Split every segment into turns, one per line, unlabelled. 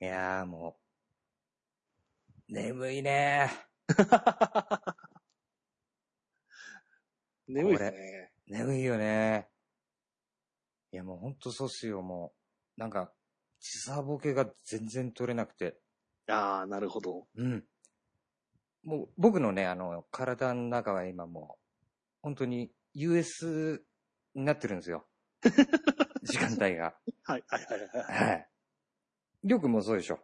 いやーもう、眠いね
眠いですね。
ー。眠いよねー。いやもうほんとそうっすよ、もう。なんか、時差ボケが全然取れなくて。
ああ、なるほど。
うん。もう僕のね、あの、体の中は今もう、本当に US になってるんです よ。時間帯が。
はい、はい、はいはい。
はい。りょうくんもそうでしょ。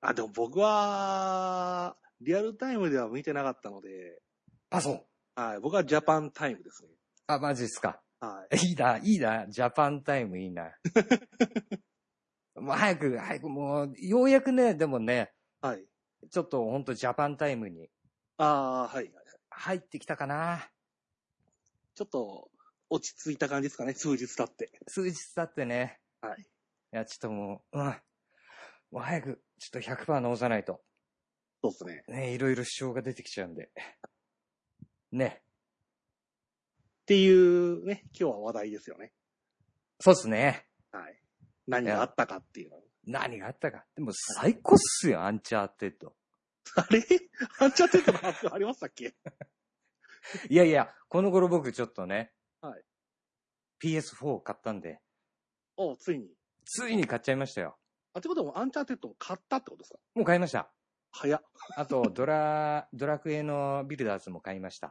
あ、でも僕は、リアルタイムでは見てなかったので、
あ、そう。
はい、僕はジャパンタイムですね。
あ、マジっすか。
はい。
いいな、いいな、ジャパンタイムいいな。 もう早く、早くもう、ようやくね、でもね、
はい。
ちょっとほんとジャパンタイムに
ああー、はいはい。
入ってきたかな。
ちょっと、落ち着いた感じですかね、数日経って。
数日経ってね。
はい。
いや、ちょっともう、うん。もう早く、ちょっと100%直さないと。
そうですね。っ
ね、いろいろ支障が出てきちゃうんで。ね。
ていうね、今日は話題ですよね。
そうっすね。
はい。何があったかっていうの。
何があったか。でも最高っすよ、アンチャーテッド。
あれアンチャーテッドの発表ありましたっけ
いやいや、この頃僕ちょっとね。
はい。
PS4 買ったんで、
おついに。
ついに買っちゃいましたよ。
あ、ってことはもうアンチャーテッドも買ったってことですか
もう買いました。
早っ。
あと、ドラ、 ドラクエのビルダーズも買いました。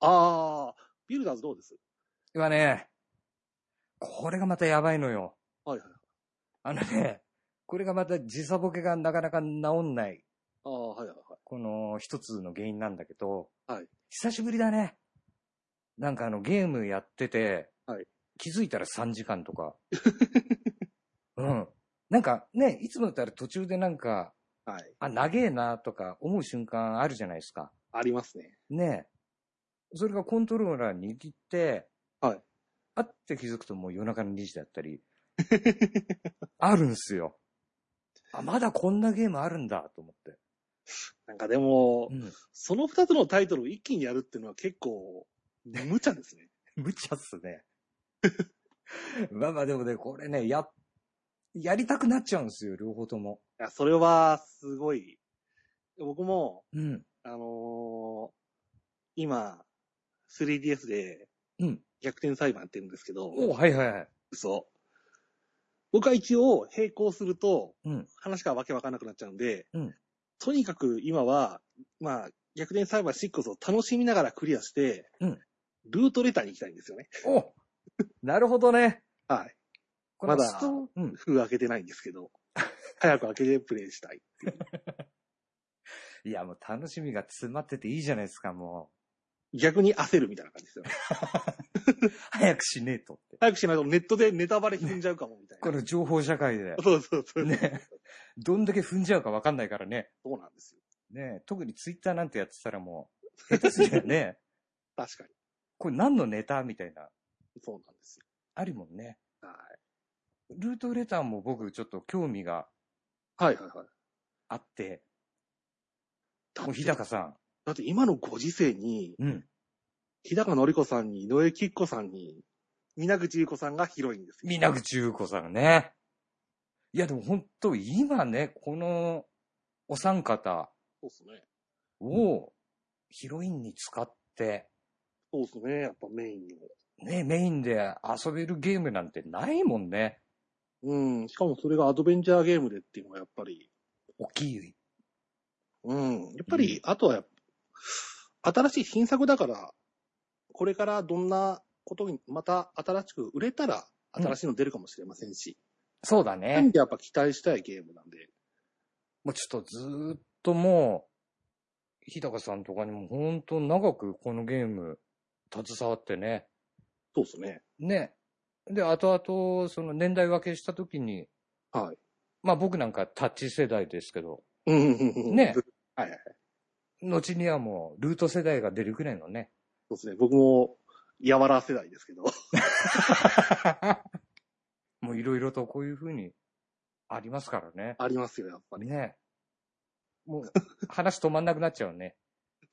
ああ、ビルダーズどうです
今ね、これがまたやばいのよ。
はいはい。
あのね、これがまた時差ボケがなかなか治んない、
ああ、はいはいはい。
この一つの原因なんだけど、
はい
久しぶりだね。なんかあのゲームやってて、
はい
気づいたら3時間と か。うん。なんかね、いつもだったら途中でなんか、
はい。
あ、長えなとか思う瞬間あるじゃないですか。
ありますね。
ねえ。それがコントローラー握って、
はい。
あって気づくともう夜中の2時だったり、 あるんすよ。あ、まだこんなゲームあるんだと思って。
なんかでも、
うん。
その二つのタイトルを一気にやるっていうのは結構、無茶ですね。
無茶っすね。 まあまあでもね、これね、や、やりたくなっちゃうんですよ、両方とも。
いや、それは、すごい。僕も、
うん。
あのー今、3DS で
うん。
逆転裁判やってるんですけど、
おはいはいはい。
そう。僕は一応、並行すると、
うん。
話がわけわかんなくなっちゃうんで、
うん
とにかく今は、まあ、逆転裁判6を楽しみながらクリアして、
うん
ルートレターに行きたいんですよね。
おなるほどね。
はい。
この
まだ
ストーうん。
封開けてないんですけど、 早く開けてプレイしたい。
いや、もう楽しみが詰まってていいじゃないですか、も
逆に焦るみたいな感じですよね。
う。早くしねえとって。
早くしないとネットでネタバレ踏んじゃうかもみたいな。
この情報社会で、
そうそうそう。
ねどんだけ踏んじゃうかわかんないからね。
そうなんですよ。
ね特にツイッターなんてやってたらもう、下手すぎるね。
確かに。
これ何のネタみたいな、
そうなんです
あるもんね。
よ。は
ルートレターも僕ちょっと興味が
い。はいはいはい。
あって、
だっ
もう
て
日高さ
だって今のご時世に、
ん。うん。
日高のりこさんに、井上きっこさんに、皆口優子さんがヒロインですよ。
皆口優子さんね。いやでも本当今ね、このお三方
そうっすね。
をヒロインに使って、
そうっすね。やっぱメインの。
ね、メインで遊べるゲームなんてないもんね。
うん。しかもそれがアドベンチャーゲームでっていうのはやっぱり、
大きい。
うん。やっぱり、あとはやっぱ、新しい新作だから、これからどんなことに、また新しく売れたら、新しいの出るかもしれませんし。
そうだ
そういう意
ね
味。でやっぱ期待したいゲームなんで。
もうちょっとずーっともう、日高さんとかにも本当長くこのゲーム携わってね。
そうですね。
ね。で、後々、その年代分けした時に、
はい。
まあ僕なんかタッチ世代ですけど、
うんうんうんうん。
ね
はいはいはい。
後にはもうルート世代が出るくらいの ね。
そうですね。僕も、やわら世代ですけど。
もういろいろとこういう風にありますからね。
ありますよ、やっぱり。
ね。もう 話止まんなくなっちゃうね。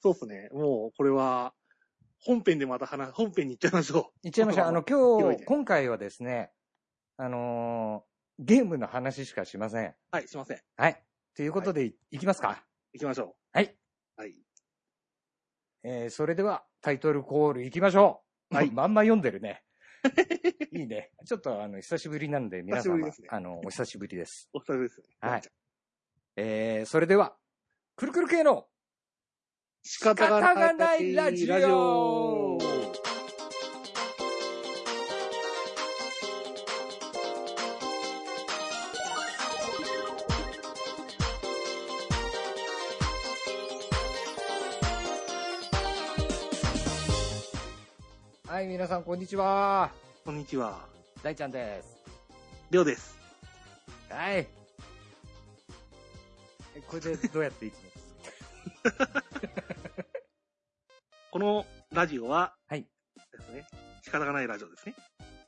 そうですね。もう、これは、本編でまた話、本編に行っちゃいましょう。
いっちゃいましょう。あの、
広
今
い
日、
ね
今回はですね、あのゲームの話しかしません。
はい、すいません。
はい。ということで、い、いきますか。
行きましょう。
はい。
はい。
えー、それではタイトルコールいきましょう。
はい
まんま読んでる ね。いいね。ちょっとあの、久しぶりなんで、皆
久しぶり
様、
ですね
あの、お久しぶりです。
お疲れ様です。
はい。えー、それでは、くるくる系の
仕方
仕方がないラジオ
ラジオ
はい、皆さん、こんにちは。
こんにちは。
大ちゃんです。
りょうです。
はい。はいこれでどうやっていきます
このラジオは、
はい。
ですね。仕方がないラジオですね。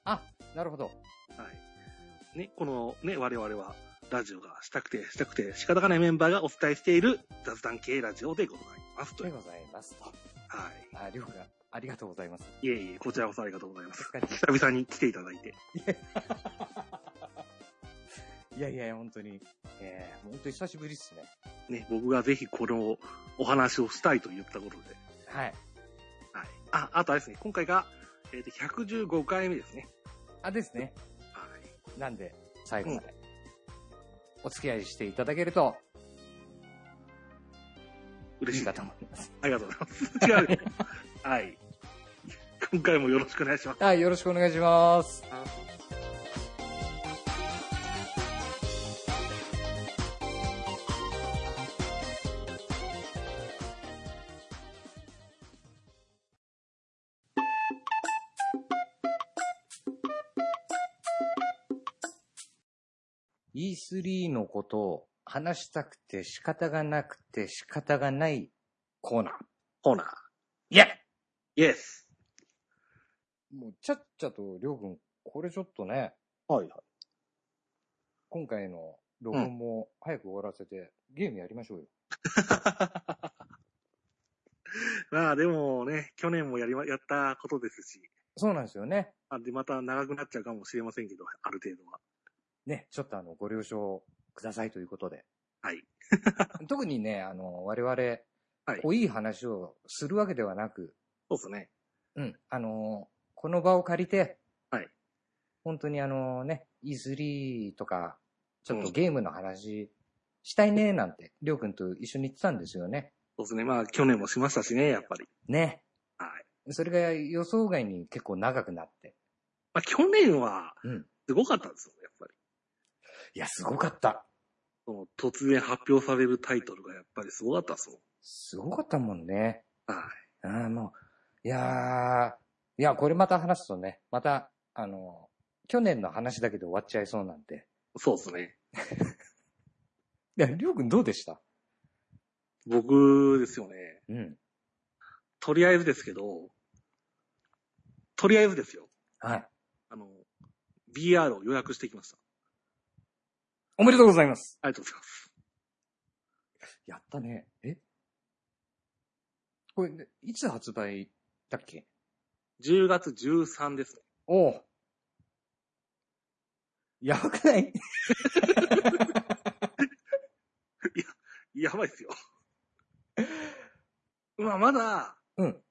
あ、 なるほど。
はい。ね、このね、我々は、ラジオがしたくて、したくて、仕方がないメンバーがお伝えしている雑談系ラジオでございます。とい
で
う。
ございますと。
は
あ、りょうくん、ありがとうございます。
い。いえいえ、こちらこそありがとうございます。
お疲れ様
久々に来ていただいて。
いやいや、本当に。えー、本当に久しぶりっすね。
ね、僕がぜひこのお話をしたいと言ったことで。
はい。
はい。あ、あとあれですね、今回が、えっ、と、115回目ですね。
あ、ですね。
はい。
なんで、最後まで、お付き合いしていただけると、
嬉
い
し
い
い。
か
あ
と思います。
りがとうございます。違う よ。はい。今回もよろしくお願いします。
はい、よろしくお願いします。E3 のことを話したくて仕方がなくて仕方がないコーナー。
コーナー。
いや
イエス。
もう、ちゃっちゃと、りょうくん、これちょっとね、
はいはい。
今回の録音も早く終わらせて、ゲームやりましょうよ。
まあでもね、去年もやりま、やったことですし、
そうなんですよね。
あで、また長くなっちゃうかもしれませんけど、ある程度は。
ね、ちょっとあの、ご了承くださいということで。
はい。
特にね、あの、我々、
はい
こういい話をするわけではなく、
そうですね。
うん、あの、この場を借りて、
はい。
本当にあのね、E3 とか、ちょっ
う
と
ん
ゲームの話したいね、なんて、りょうくんと一緒に言ってたんですよね。
そうですね。まあ去年もしましたしね、やっぱり。
ね。
はい。
それが予想外に結構長くなって。
まあ去年は
うん、
すごかったんですよ、やっぱり。
いや、すごかった。
その突然発表されるタイトルがやっぱりすごかったですも
すごかったもんね。
ん。はい。
ああ、もう。いやー、いや、これまた話すとね、また、あの、去年の話だけで終わっちゃいそうなんで。
そうですね。
いや、りょうくんどうでした
僕ですよね。
うん。
とりあえずですけど、とりあえずですよ。
はい。
あの、BR を予約してきました。
おめでとうございます。
ありがとうございます。
やったね。えこれ、ねいつ発売だっけ
10月13ですね。
おうやばくない
やばいっすよ。 まあ、まだ、
うん。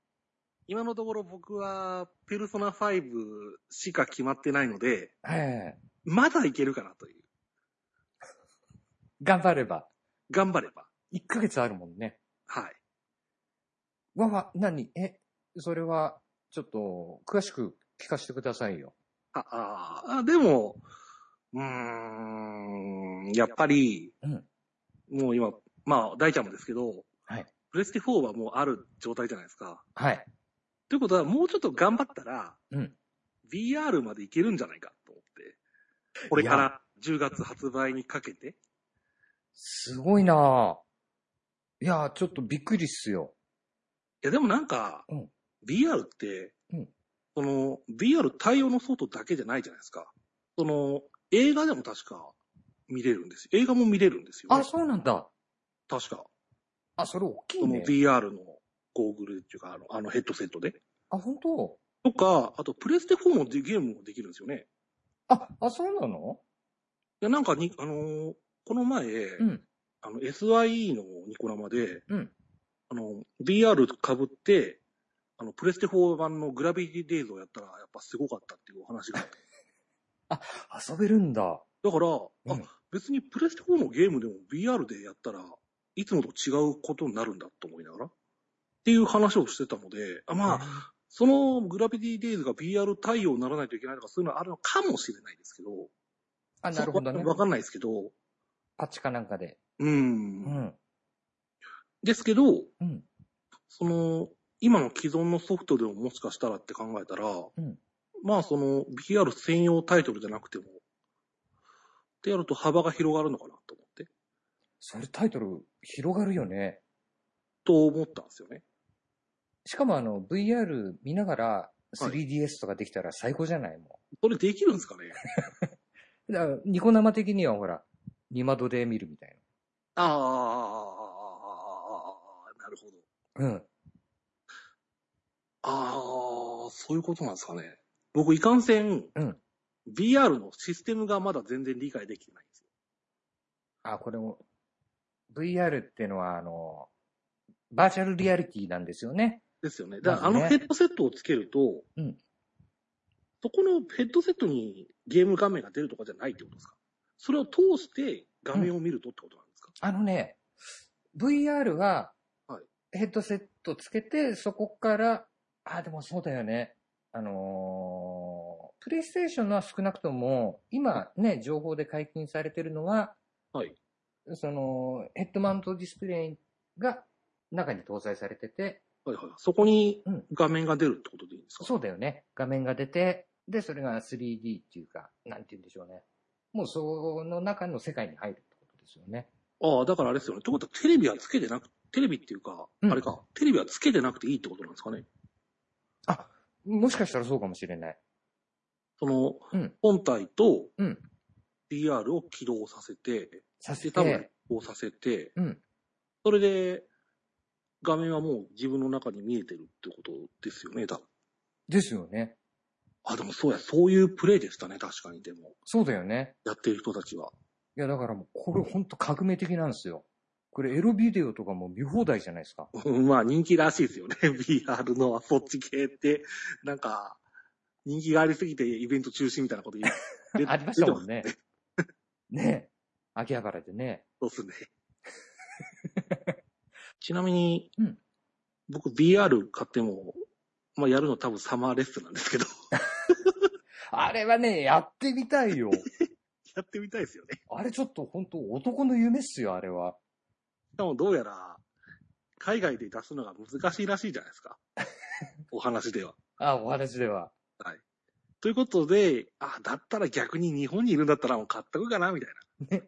今のところ僕は、ペルソナ5しか決まってないので、
はいはいはい。
まだいけるかなという。
頑張れば。
頑張れば。
1ヶ月あるもんね。
はい。
わわ、なにえ、それは、ちょっと、詳しく聞かせてくださいよ。
あ、ああ、でも、うーん、やっぱり、
うん
もう今、まあ、大ちゃんもですけど、
はい
プレステ4はもうある状態じゃないですか。
はい。
ということは、もうちょっと頑張ったら、
うん。
VR までいけるんじゃないかと思って、これから10月発売にかけて、
すごいなぁ。いやぁ、ちょっとびっくりっすよ。
いや、でもなんか、
うん
VR って、
うん
その、VR 対応のソフトだけじゃないじゃないですか。その、映画でも確か見れるんです。映画も見れるんですよね、
あ、そうなんだ。
確か。
あ、それ大きい
その
ね。
VR のゴーグルっていうか、あの、あのヘッドセットで。
あ、本当
とか、あと、プレステ4のゲームもできるんですよね。
あ、あ、そうなの
や、なんかに、あのーこの前、
うん。
あの、SIE のニコ生で、
うん。
あの、BR 被って、あの、プレステ4版のグラビティデイズをやったら、やっぱすごかったっていうお話があって。
遊べるんだ。
だから、
う
あ
ん、
別にプレステ4のゲームでも BR でやったら、いつもと違うことになるんだと思いながら、っていう話をしてたので、あまあ、
あ、
そのグラビティデイズが BR 対応にならないといけないとか、そういうのはあるのかもしれないですけど、
あなるほどね
そこは。わかんないですけど、
パッチかなんかで。
うん。
うん。
ですけど、
うん。
その、今の既存のソフトでももしかしたらって考えたら、
ん
まあその BR 専用タイトルじゃなくても、ってやると幅が広がるのかなと思って、
それタイトル広がるよね。
と思ったんですよね。
しかもあの、VR 見ながら 3DS とかできたら最高じゃないも
それできるんですかね
ん。だから、ニコ生的にはほら、二窓で見るみたい
ああ、なるほど。
な。うん。
ああ、そういうことなんですかね。僕、いかんせん、
うん
BR のシステムがまだ全然理解できてないんですよ。
あ、これも、VR ってのはあの、バーチャルリアリティなんですよね。
ですよね。だから、あ
まずね
のヘッドセットをつけると、
うん
そこのヘッドセットにゲーム画面が出るとかじゃないってことですかそれを通して画面を見るとってことなんですか、
あのね、VR は
はい、
ヘッドセットつけて、そこから、あ、でもそうだよね。あのープレイステーションのは少なくとも、今ね、情報で解禁されてるのは、
はい
その、ヘッドマウントディスプレイが中に搭載されてて、
はいはい。そこに
うん
画面が出るってことでいいんですか、
そうだよね。画面が出て、で、それが 3D っていうか、なんて言うんでしょうね。もうその中の世界に入るってことですよね。
ああ、だからあれですよね。ってことはテレビはつけてなく、テレビっていうか、
うん
あれか、テレビはつけてなくていいってことなんですかね
あ、もしかしたらそうかもしれない。
その、
うん
本体と
うん
BR を起動させて、
させ
で、タブレッ
て、
トをさせて、
うん。
それで、画面はもう自分の中に見えてるってことですよね、だ
ですよね。
あ、でもそうや、そういうプレイでしたね、確かに、でも。
そうだよね。
やってる人たちは。
いや、だからもう、これほんと革命的なんですよ。これエロビデオとかも見放題じゃないですか。。
うんまあ人気らしいですよね、VR のはそっち系って。なんか、人気がありすぎてイベント中止みたいなこと言う
ありましたもんね。ねえ。秋葉原でね。
そう ですね。ちなみに、
うん
僕 BR 買っても、まあやるの多分サマーレッスンなんですけど、
あれはね、やってみたい よ。
やってみたいですよね。
あれちょっとほんと男の夢っすよ、あれは。
しかもどうやら、海外で出すのが難しいらしいじゃない ですか。お話では。
あ、お話では。
ということで、あ、だったら逆に日本にいるんだったらもう買っとくかな、みたい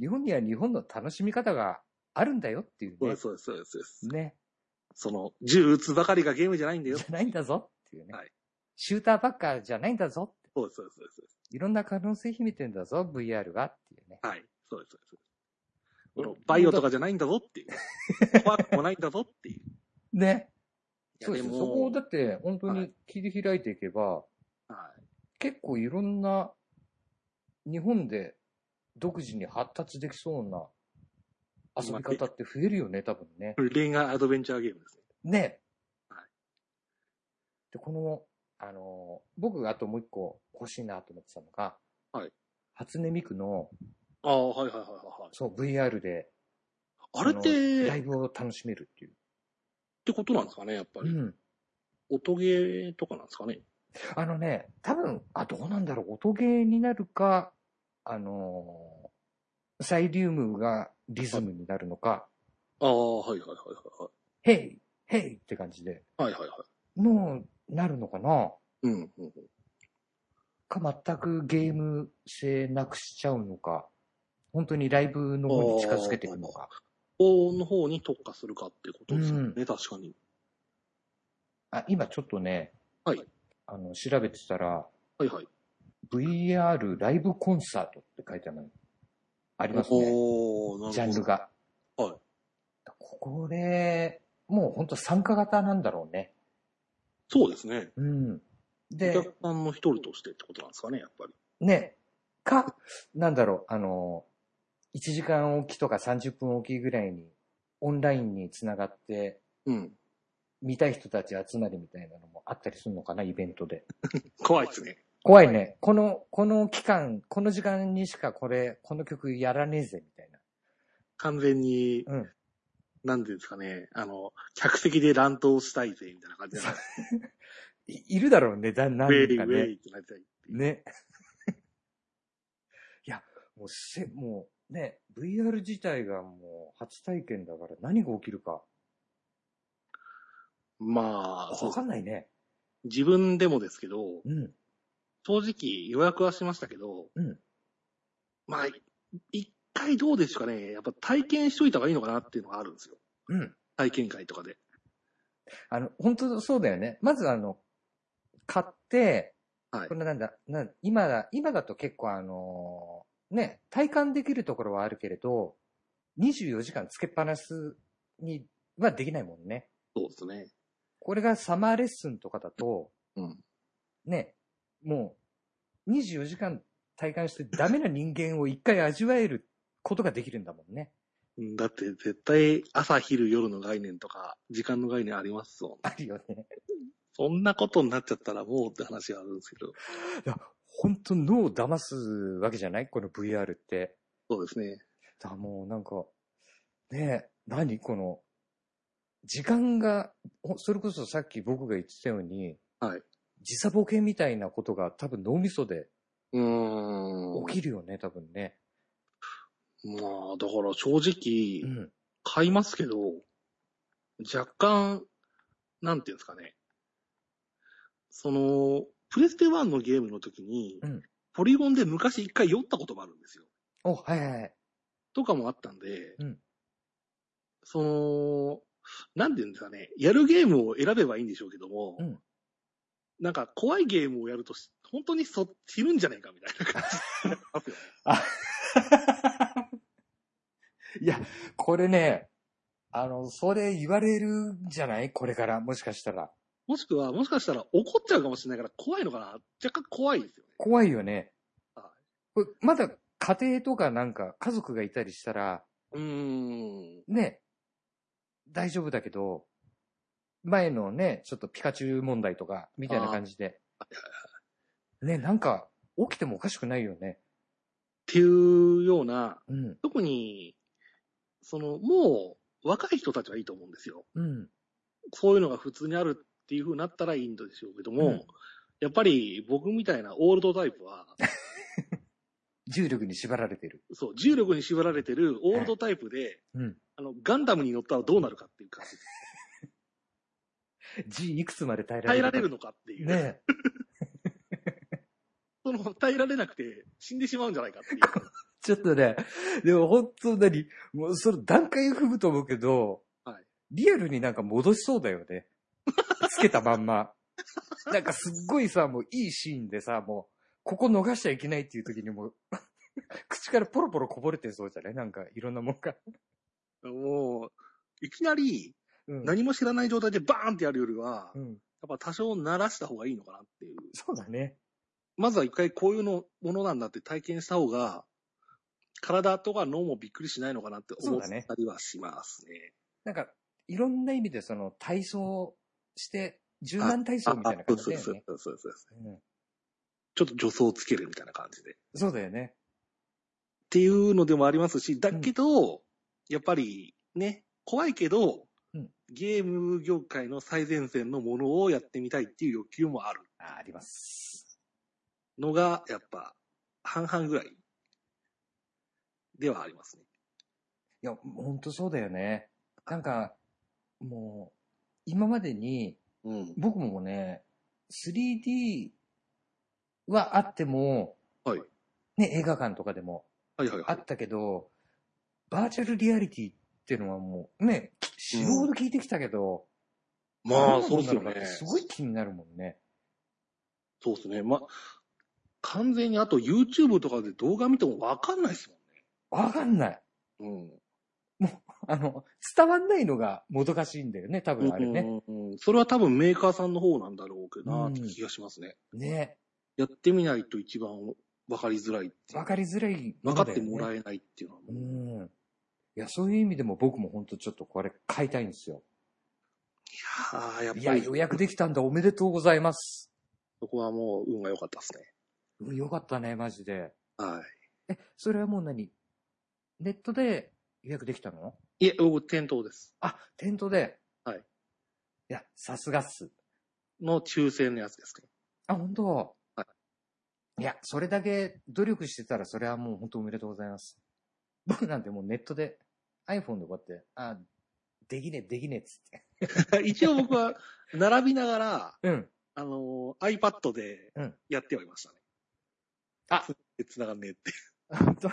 日本には日本の楽しみ方があるんだよっていう
な。
ね。
そうです、そうです、そうです。
ね。
その、銃撃つばかりがゲームじゃないんだ
じ
よ。
ゃないんだぞっていうね。
はい
シューターばっかじゃないんだぞ。
そうです、そうです、そうです。
いろんな可能性秘めてんだぞ、VR はっていうね。
はい。そうです、そうです。このバイオとかじゃないんだぞっていう。 怖くもないんだぞっていう。
ね。
いや
そうです
で
よ
も
そこをだって、本当に切り開いていけば、
は
結構いろんな、日本で独自に発達できそうな遊び方って増えるよね、多分ね。
い。恋愛アドベンチャーゲームですね。
ね。
はい
で、この、あのー、僕があともう一個欲しいなと思ってたのが、
はい
初音ミクの、
ああ、はいはいはいはい。
そう、VR で、
あれっ
の
て、
ライ
っ
ブを楽しめるっていう。
てことなんですかね、やっぱ
う
り。
ん。
音ゲーとかなんですかね。
あのね、多分、あ、どうなんだろう、音ゲーになるか、あのーサイリウムがリズムになるのか、
ああ、はいはいはいは
ヘイヘイって感じで、
い。はいはいはい。
の、なるのかな
うん、うん。
か、全くゲーム性なくしちゃうのか、本当にライブの方に近づけていくのか。
法の方に特化するかってことですよね、
う
確かに。
あ、今ちょっとね、
はい
あの、調べてたら、
はいはい。
VR ライブコンサートって書いてあるの。ありますね。
おーなるほど。
ジャンル。が。
はい。
これ、もう本当参加型なんだろうね。
そうですね。
うん。
お
で、
客さんの一人としてってことなんですかね、やっぱり。
ね、か、なんだろう、あの、1時間おきとか30分おきぐらいに、オンラインにつながって、
うん。
見たい人たち集まりみたいなのもあったりするのかな、イベントで。
怖いですね。
怖いね。この、この期間、この時間にしかこれ、この曲やらねえぜ、みたい
完全に、
な。うん。
なんていうんですかね、あの、客席で乱闘したいぜ、みたいな感じで、
いいるだろうね、だ、な
ウ
んか
ェ
ね。
イウェイってなりたい。
ね。いや、もうせ、もうね、VR 自体がもう初体験だから何が起きるか
まあ、そう
わかんないね。
自分でもですけど、
うん。
正直予約はしましたけど、
うん
まあ、一回どうでしょうかね、やっぱ体験しといた方がいいのかなっていうのがあるんですよ。
うん。
体験会とかで。
あの、本当そうだよね。まずあの、買って、
はい
これなんだ、なん今だ、今だと結構あのーね、体感できるところはあるけれど、24時間つけっぱなしにはできないもんね。
そうですね。
これがサマーレッスンとかだと、
うん。
ね、もう、24時間体感してダメな人間を一回味わえることができるんだもんね。
うんだって絶対朝昼夜の概念とか、時間の概念ありますよ。
あるよね。
そんなことになっちゃったらもうって話があるんですけど。
いや、本当脳を騙すわけじゃないこの VR って。
そうですね。
だからもうなんか、ねえ、何この、時間が、ほそれこそさっき僕が言ってたように、
はい
時差ボケみたいなことが多分脳みそで
うーん。
起きるよね、多分ね。
まあ、だから正直、
うん。
買いますけど、若干、なんていうんですかね。その、プレステ1のゲームの時に、
うん
ポリゴンで昔一回酔ったこともあるんですよ。
お、はいはいはい。
とかもあったんで、
うん
その、なんていうんですかね。やるゲームを選べばいいんでしょうけども、
うん
なんか怖いゲームをやるとし、本当にそ、死ぬんじゃないかみたいな感じになりま すよ。
いや、これね、あの、それ言われるんじゃないこれから、もしかしたら。
もしくは、もしかしたら怒っちゃうかもしれないから怖いのかな若干怖いですよね。
怖いよね
は
こ
い。
れまだ家庭とかなんか家族がいたりしたら、
うーん。
ね、大丈夫だけど、前のね、ちょっとピカチュウ問題とか、みたいな感じで。ね、なんか、起きてもおかしくないよね。
っていうような、
うん、
特に、その、もう、若い人たちはいいと思うんですよ。
うん、
そういうのが普通にあるっていう風になったらいいんでしょうけども、
うん
やっぱり僕みたいなオールドタイプは、
重力に縛られてる。
そう、重力に縛られてるオールドタイプで、
うん。
あの、ガンダムに乗ったらどうなるかっていう感じ。
G いくつまで耐えられ
耐え
る
られるのかっていう。
ね
その、耐えられなくて死んでしまうんじゃないかっていう。
ちょっとね、でも本当なに、もうその段階踏むと思うけど、
はい
リアルになんか戻しそうだよね。つけたまんま。 なんかすっごいさ、もういいシーンでさ、もう、ここ逃しちゃいけないっていう時にもう、 口からポロポロこぼれてそうじゃないなんかいろんなもんが。
もう、いきなり
うん。
何も知らない状態でバーンってやるよりは、
う
やっ
ん。
ぱ多少慣らした方がいいのかなっていう。
そうだね。
まずは一回こういうのものなんだって体験した方が、体とか脳もびっくりしないのかなって思ったりはしますね。
なんか、いろんな意味でその体操して、柔軟体操みたいな感じだ
ああそ
よ
うで
ね
す、。そうです、そうですそうです。
うん
ちょっと助走をつけるみたいな感じで。っ
そうだよね。
ていうのでもありますし、だけど、やっぱりね、怖いけど、
うん
ゲーム業界の最前線のものをやってみたいっていう欲求もある
ああります。
のが、やっぱ、半々ぐらいではありますね。
いや、ほんとそうだよね。なんか、もう、今までに、
うん。
僕もね、3D はあっても、
はい
ね、映画館とかでも
はいはいは
あ
い。
ったけど、バーチャルリアリティっていうのはもう、ね、死ぬほど聞いてきたけど、
まあ、
ど
そう
なもんな
ですよ
のかって
ね。
すごい気になるもんね。
そうですね。まあ、完全にあと YouTube とかで動画見てもわかんないです
わかんない。
もんね。
あの、伝わんないのがもどかしいんだよね、多
うん。
分あれね。
うんうんそれは多分メーカーさんの方なんだろうけどな、
うん
って気がしますね。
ね。
やってみないと一番分かりづらいっていう
わかりづらいもの
分か
だ
っ
よね
てもらえないっていうのはも
う
う、
ん。いや、そういう意味でも僕も本当ちょっとこれ買いたいんですよ。
ああ、やっ
い
ぱ
や、
り
予約できたんだ。おめでとうございます。
そこはもう運が良かったですね。
うんよかったね、マジで。
は
え、それはもう何ネットで予約できたの
い。いえ、僕、店頭です。
あ、店頭で。
はい
いや、さすがっす。
の抽選のやつですね。
あ、本当
はい
や、それだけ努力してたら、それはもう本当おめでとうございます。僕なんてもうネットで、iPhone でこうやって、あ、できねえ、できねえっつって。
一応僕は、並びながら、
うん。
あのー iPad で
うん
やってはいましたね。
あ
で繋がんねえって。
本当い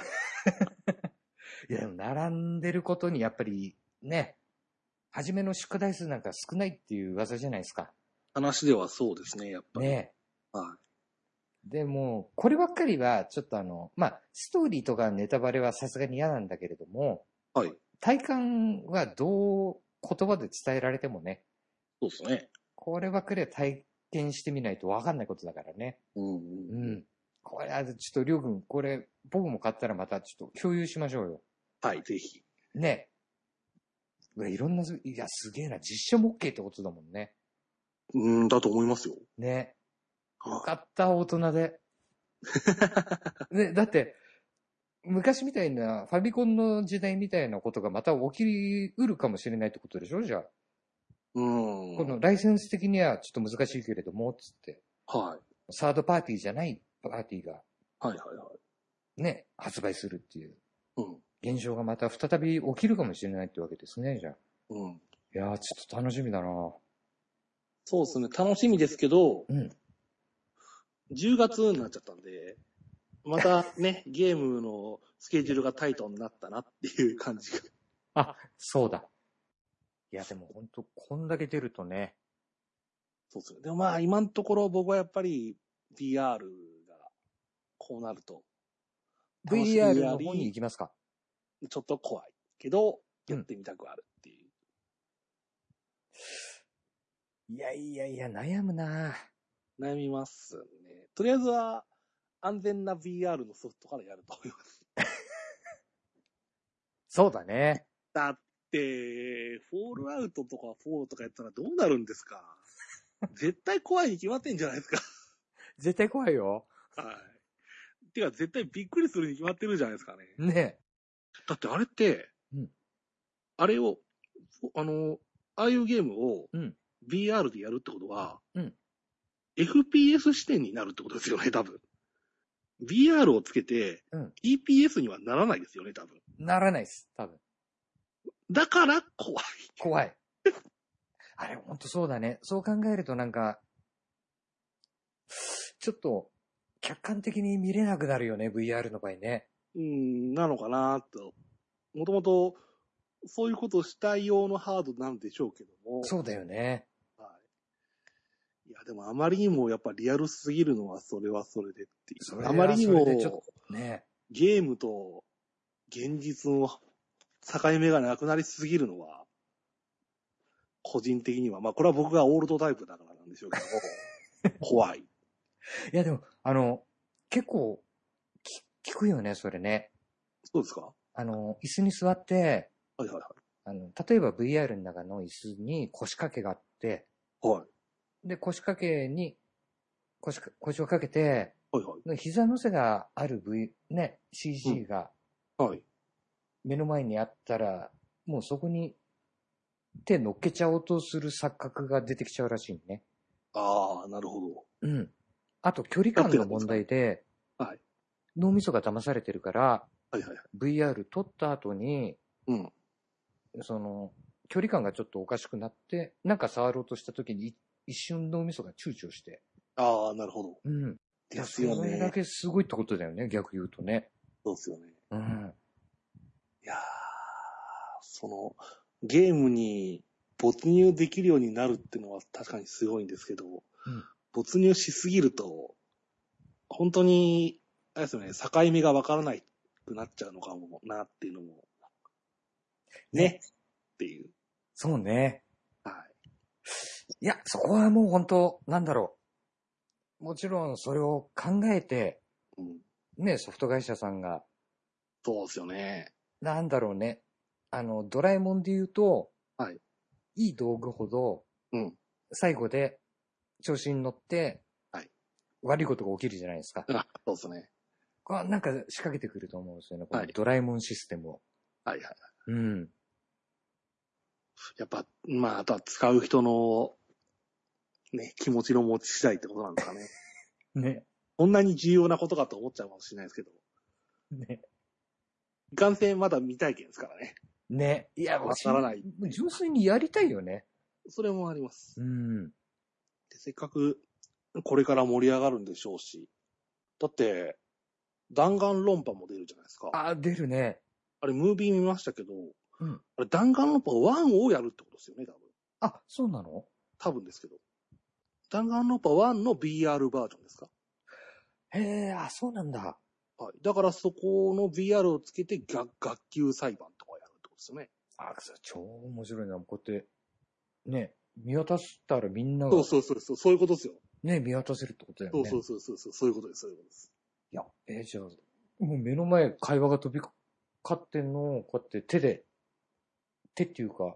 や、でも並んでることにやっぱり、ね、初めの宿題数なんか少ないっていう噂じゃないですか。
話ではそうですね、やっぱり。
ねえ。
は
でも、こればっかりは、ちょっとあの、まあ、ストーリーとかネタバレはさすがに嫌なんだけれども、
い。はい。
体感はどう言葉で伝えられてもね、
そうですね。
こればっかりは体験してみないとわかんないことだからね。
うん
う
うん。
ん。これは、ちょっと、りょうくん、これ、僕も買ったらまたちょっと共有しましょうよ。
はい、ぜひ。
ね。うわいろんな、いや、すげえな。実写も OK ってことだもんね。
うん、だと思いますよ。
ね。よ
は
かった、大人 で。ね、だって、昔みたいな、ファミコンの時代みたいなことがまた起きうるかもしれないってことでしょじゃあ。
いうん。
このライセンス的にはちょっと難しいけれども、つって。
はい。
サードパーティーじゃないパーティーが
はいはいはい。
ね、発売するっていう
うん。
現象がまた再び起きるかもしれないってわけですね、じゃあ。
うん。
いやー、ちょっと楽しみだな
そうですね、楽しみですけど、
うん
10月になっちゃったんで、また ね、ゲームのスケジュールがタイトになったなっていう感じが。
あ、そうだ。いや、でも本当こんだけ出るとね、
そうですね。でもまあ、今のところ僕はやっぱり VR がこうなると、楽しみやり
VR の方に行きますか。
ちょっと怖いけど、
うん
やってみたくあるっていう。
いやいやいや、悩むな
悩みますね。とりあえずは、安全な VR のソフトからやると思います。
そうだね。
だって、フォールアウトとかフォールとかやったらどうなるんですか絶対怖いに決まってんじゃないですか。
絶対怖いよ。
はい。てか、絶対びっくりするに決まってるじゃないですかね。
ね
だってあれって、
うん
あれを、あの、ああいうゲームを
うん
VR でやるってことは、
うん
FPS 視点になるってことですよね、多分。VR をつけて
うん、
EPS にはならないですよね、多分。
ならないです、多分。
だから怖い。
怖い。あれ、ほんとそうだね。そう考えるとなんか、ちょっと、客観的に見れなくなるよね、VR の場合ね。
うん、なのかなと。もともと、そういうことをしたい用のハードなんでしょうけども。
そうだよね。
はい。いや、でもあまりにもやっぱリアルすぎるのはそれはそれでっていう。
それは
あまりにも
それでちょっね
ゲームと現実の境目がなくなりすぎるのは、個人的には、まあこれは僕がオールドタイプだからなんでしょうけ ど、怖い。
いや、でも、あの、結構、き聞くよね、それね。
そうですかは
あの、椅子に座って、
いはい
あの、例えば VR の中の椅子に腰掛けがあって、
はい。はい。
で、腰掛けに、腰か、腰をかけて、
はいはい。
膝のせがある V、ね、CG が
はい。
目の前にあったら、もうそこに手乗っけちゃおうとする錯覚が出てきちゃうらしいね。
ああ、なるほど。
うん。あと、距離感の問題で、
はい
脳みそが騙されてるから、
はいはいはい。
VR 撮った後に、
うん。
その、距離感がちょっとおかしくなって、なんか触ろうとした時に、い一瞬脳みそが躊躇して。
ああ、なるほど。
うん。
ですよ
それだ
ね。
けすごいってことだよね、逆言うとね。
そうですよね。
うん。
いやーその、ゲームに没入できるようになるってのは確かにすごいんですけど、没入しすぎると、本当に、あれですよね、境目がわからないくなっちゃうのかもなっていうのも、ね、っていう。
そうね。
はい。
いや、そこはもう本当、なんだろう。もちろんそれを考えて、
うん。
ね、ソフト会社さんが、
そうですよね。
なんだろうね。あの、ドラえもんで言うと、
はい。
いい道具ほど、
うん。
最後で、調子に乗って、
はい。
悪いことが起きるじゃないですか。
あそうですね。
こうなんか仕掛けてくると思うんですよね。こ
は
の
い
ドラえもんシステムを。
はいはい。
うん。
やっぱ、まあ、あとは使う人の、ね、気持ちの持ち次第ってことなんですか ね。
ね。
こんなに重要なことかと思っちゃうかもしれないですけど。
ね。
いかんせんまだ未体験ですからね。
ね。いや、
わからない
私純粋にやりたいよね。
それもあります。
うん。
でせっかく、これから盛り上がるんでしょうし。だって、弾丸論破も出るじゃないですか。あ
あ、出るね。
れ、ムービー見ましたけど、
うん
あれ、弾丸論破1をやるってことですよね、多分。
あ、そうなの
多分ですけど。弾丸論破1の BR バージョンですか
へえ、あ、そうなんだ。
はい。だからそこの VR をつけて学学級裁判とかやるってことですよね。
あ、それ超面白いな。こうやって、ね、見渡したらみんなが、
そうそうそうそう、そういうことですよ。
ね、見渡せるってことだよ
そ
ね。
うそうそうそうそう、そういうことです、そういうことです。
いや、えーじゃあ、もう目の前会話が飛び交ってんのを、こうやって手で、手っていうか、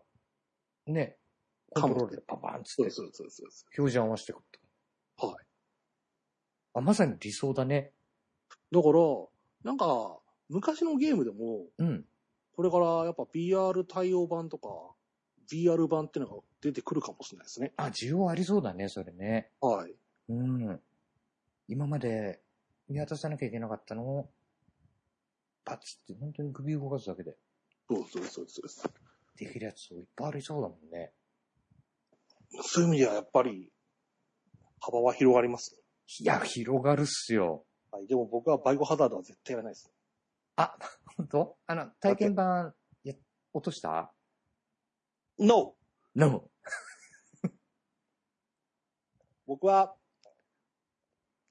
ね、コントロールでパパンっつ
そ
っ
う
て、
そうそうそうそ
表示合わせてくって。
う。はい。
あ、まさに理想だね。
だから、なんか、昔のゲームでも、
うん。
これからやっぱ VR 対応版とか、VR 版っていうのが出てくるかもしれないですね。
あ、需要ありそうだね、それね。
はい。
うん。今まで見渡さなきゃいけなかったのを、パチって本当に首動かすだけで
そうそうそうそうそ
できるやついっぱいありそうだもんね。
う。そういう意味ではやっぱり、幅は広がります、ね。
いや、広がるっすよ。
はい。でも僕はバイオハザードは絶対やらないです。
あ、本当？あの、体験版、や、落とした
No!
?No!
僕は、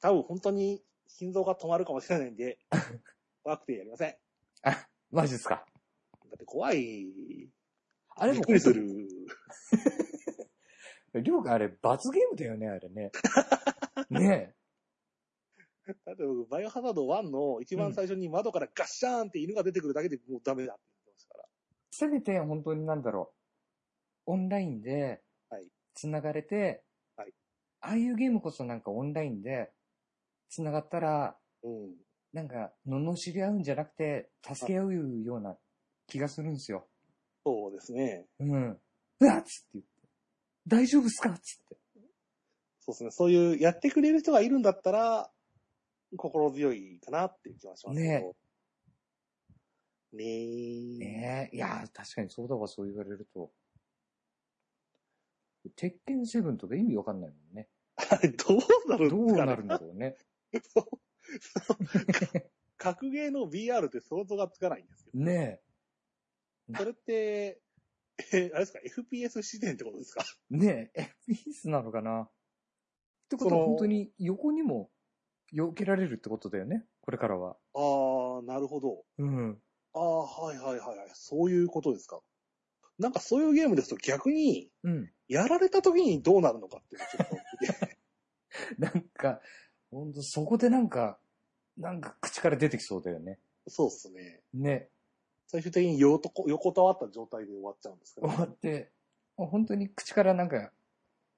多分本当に心臓が止まるかもしれないん で、怖くてやりません。だ
あ、マジですか。
って怖い。
あれ
びっ
も
く、りする。
りょうがあれ、罰ゲームだよね、あれ ね。ね
だって僕、バイオハザード1の一番最初に窓からガッシャーンって犬が出てくるだけでもうダメだって言ってましたから。
せめて、本当になんだろう。オンラインで
はい、
つながれて、
はい
ああいうゲームこそなんかオンラインで、つながったら、
うん。
なんか、罵り合うんじゃなくて、助け合うような気がするんですよ。
そうですね。
うん。うわっつって言って。大丈夫っすかっつって。
そうですね。そういう、やってくれる人がいるんだったら、心強いかなっていう気はしますけど。
ね
ねえ。
ねえ、いやー、確かにそうだわ、そう言われると。鉄拳セブンとか意味わかんないもんね。
あれ、 どうなる
ど
ん
う
ですか
な
ね
るんだろうね。
格ゲーの VR って想像がつかないんですよ。
ね
それって、え、あれですか ?FPS 視点ってことですか
え、ねえ、ピースなのかなってこと
そ
は
の
本当に横にも避けられるってことだよね、これからは。
あー、なるほど。
うん。
あー、はいはいはいはい。そういうことですか。なんかそういうゲームですと逆に、
うん。
やられた時にどうなるのかっていうのがちょっと
なんか、ほんとそこでなんか、なんか口から出てきそうだよね。
そうですね。
ね。
最終的に横とこ横たわった状態で終わっちゃうんですけど、
終わって、もう本当に口からなんか、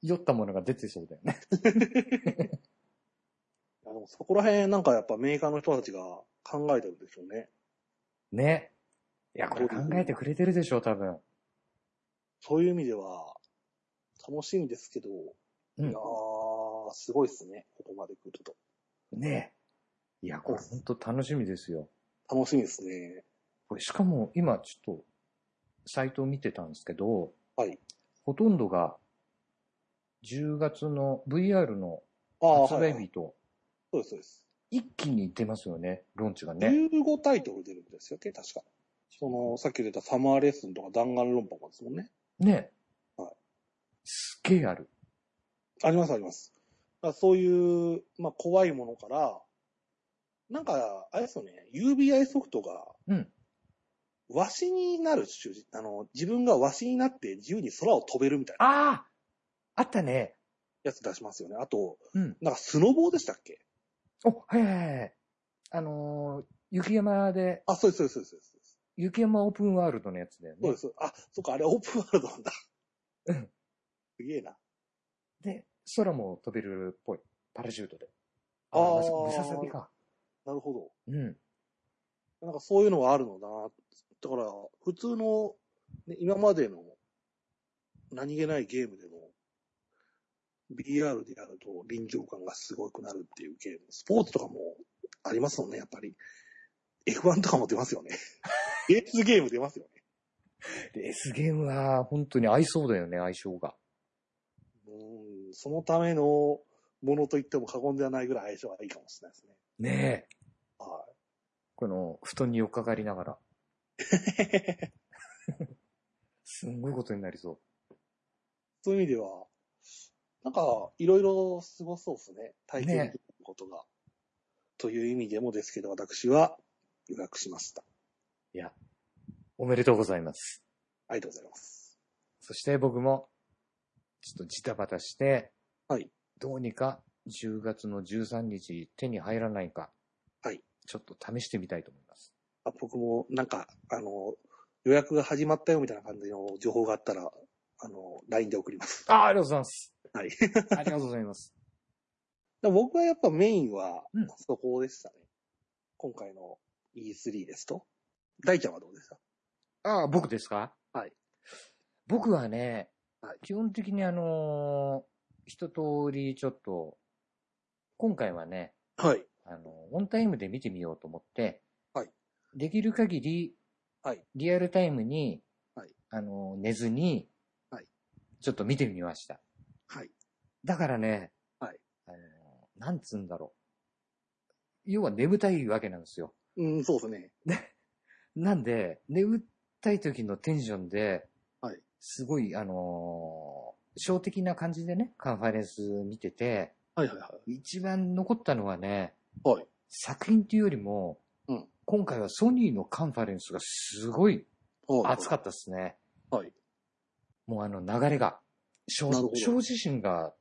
酔ったものが出てそうだよね。
あのそこら辺なんかやっぱメーカーの人たちが考えてるんでしょうね。
ね。いや、これ考えてくれてるでしょ、多分。
そういう意味では、楽しみですけど、
う
いやー、すごいですね。ここまで来ると。
ん。ねえ。いや、これ本当楽しみですよ。
楽しみですね。
これしかも今ちょっと、サイトを見てたんですけど、
はい。
ほとんどが、10月の VR の
ああ、
発
はい
売
はい、
日と、
そうです、そうです。
一気に出ますよね、ローンチがね。
15タイトル出るんですよね、確か。その、さっき出たサマーレッスンとか弾丸論破もですもんね。
ねえ
はい。
すげえある。
ありますあります。だからそういう、まあ、怖いものから、なんか、あれですよね、UBI ソフトが、
うん。
わしになる主人あの、自分がわしになって自由に空を飛べるみたいな
あああったね。
やつ出しますよね。あと、
うん。
なんかスノボーでしたっけ
お、はいはいはい。あのー雪山で、
あ、そうです、そうです、そうです。
雪山オープンワールドのやつだよ
そう
ね
で。す。あ、そっか、あれオープンワールドなんだ。
うん。
すげえな。
で、空も飛べるっぽい。パラシュートで。
あー
まさムササビか。
なるほど。
うん。
なんかそういうのはあるのだな。だから、普通の、ね、今までの何気ないゲームでも、BR でやると臨場感がすごくなるっていうゲーム。スポーツとかもありますもんね、やっぱり。F1 とかも出ますよね。レースゲーム出ますよね。
で、S ゲームは本当に合いそうだよね、相性が。
うん、そのためのものと言っても過言ではないぐらい相性がいいかもしれないですね。
ねえ。
は
この、布団によっかかりなが ら。
い。
すんごいことになりそ
そういう意味では、なんか、いろいろすごそうですね。体験できることが。という意味でもですけど、私は、予約しました。
う。いや。おめでとうございます。
ありがとうございます。
そして僕も、ちょっとジタバタして、
はい。
どうにか10月の13日手に入らないか。
はい。
ちょっと試してみたいと思います。
あ僕も、なんか、あの、予約が始まったよみたいな感じの情報があったら、あの、LINE で送ります。
ああ、ありがとうございます。
はい。
ありがとうございます。
でも僕はやっぱメインは
うん、
そこでしたね。今回の E3 ですと。大ちゃんはどうでした
ああ、僕ですか
はい。
僕はね、
はい
基本的にあのー一通りちょっと、今回はね、
はい。
あのオンタイムで見てみようと思って、
はい
できる限り、
はい
リアルタイムに、
はい
あの寝ずに、
はい
ちょっと見てみました。
はい。
だからね、
はい
あのなんつうんだろう。要は眠たいわけなんですよ。
うん、そうですね。
なんで、眠たい時のテンションで、
はい
すごい、あのー、小的な感じでね、カンファレンス見てて、
はいはいはい。
一番残ったのはね、
はい
作品っていうよりも、
うん
今回はソニーのカンファレンスがすごい
はい
熱かったですね。
はい。
もうあの流れが、小
なるほど
小自身が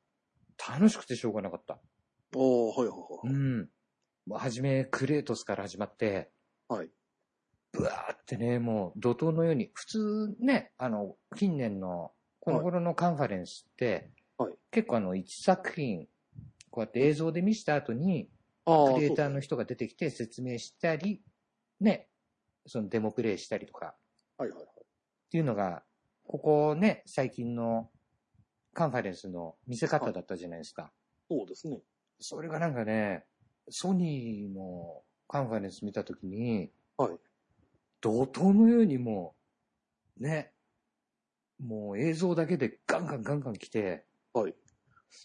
楽しくてしょうがなかった。
おー、はいはいはい。
うん。はじめ、クレートスから始まって、
はい。
ブワーってね、もう怒涛のように、普通ね、あの、近年の、この頃のカンファレンスって、
はい
結構あの、一作品、こうやって映像で見した後に、
あ
クリエイター
そう
の人が出てきて説明したり、ね、そのデモプレイしたりとか、
はいはいはい。
っていうのが、ここね、最近のカンファレンスの見せ方だったじゃないですか。
そうですね。
それがなんかね、ソニーのカンファレンス見たときに、
はい
怒涛のようにもう、ね、もう映像だけでガンガンガンガン来て、
はい。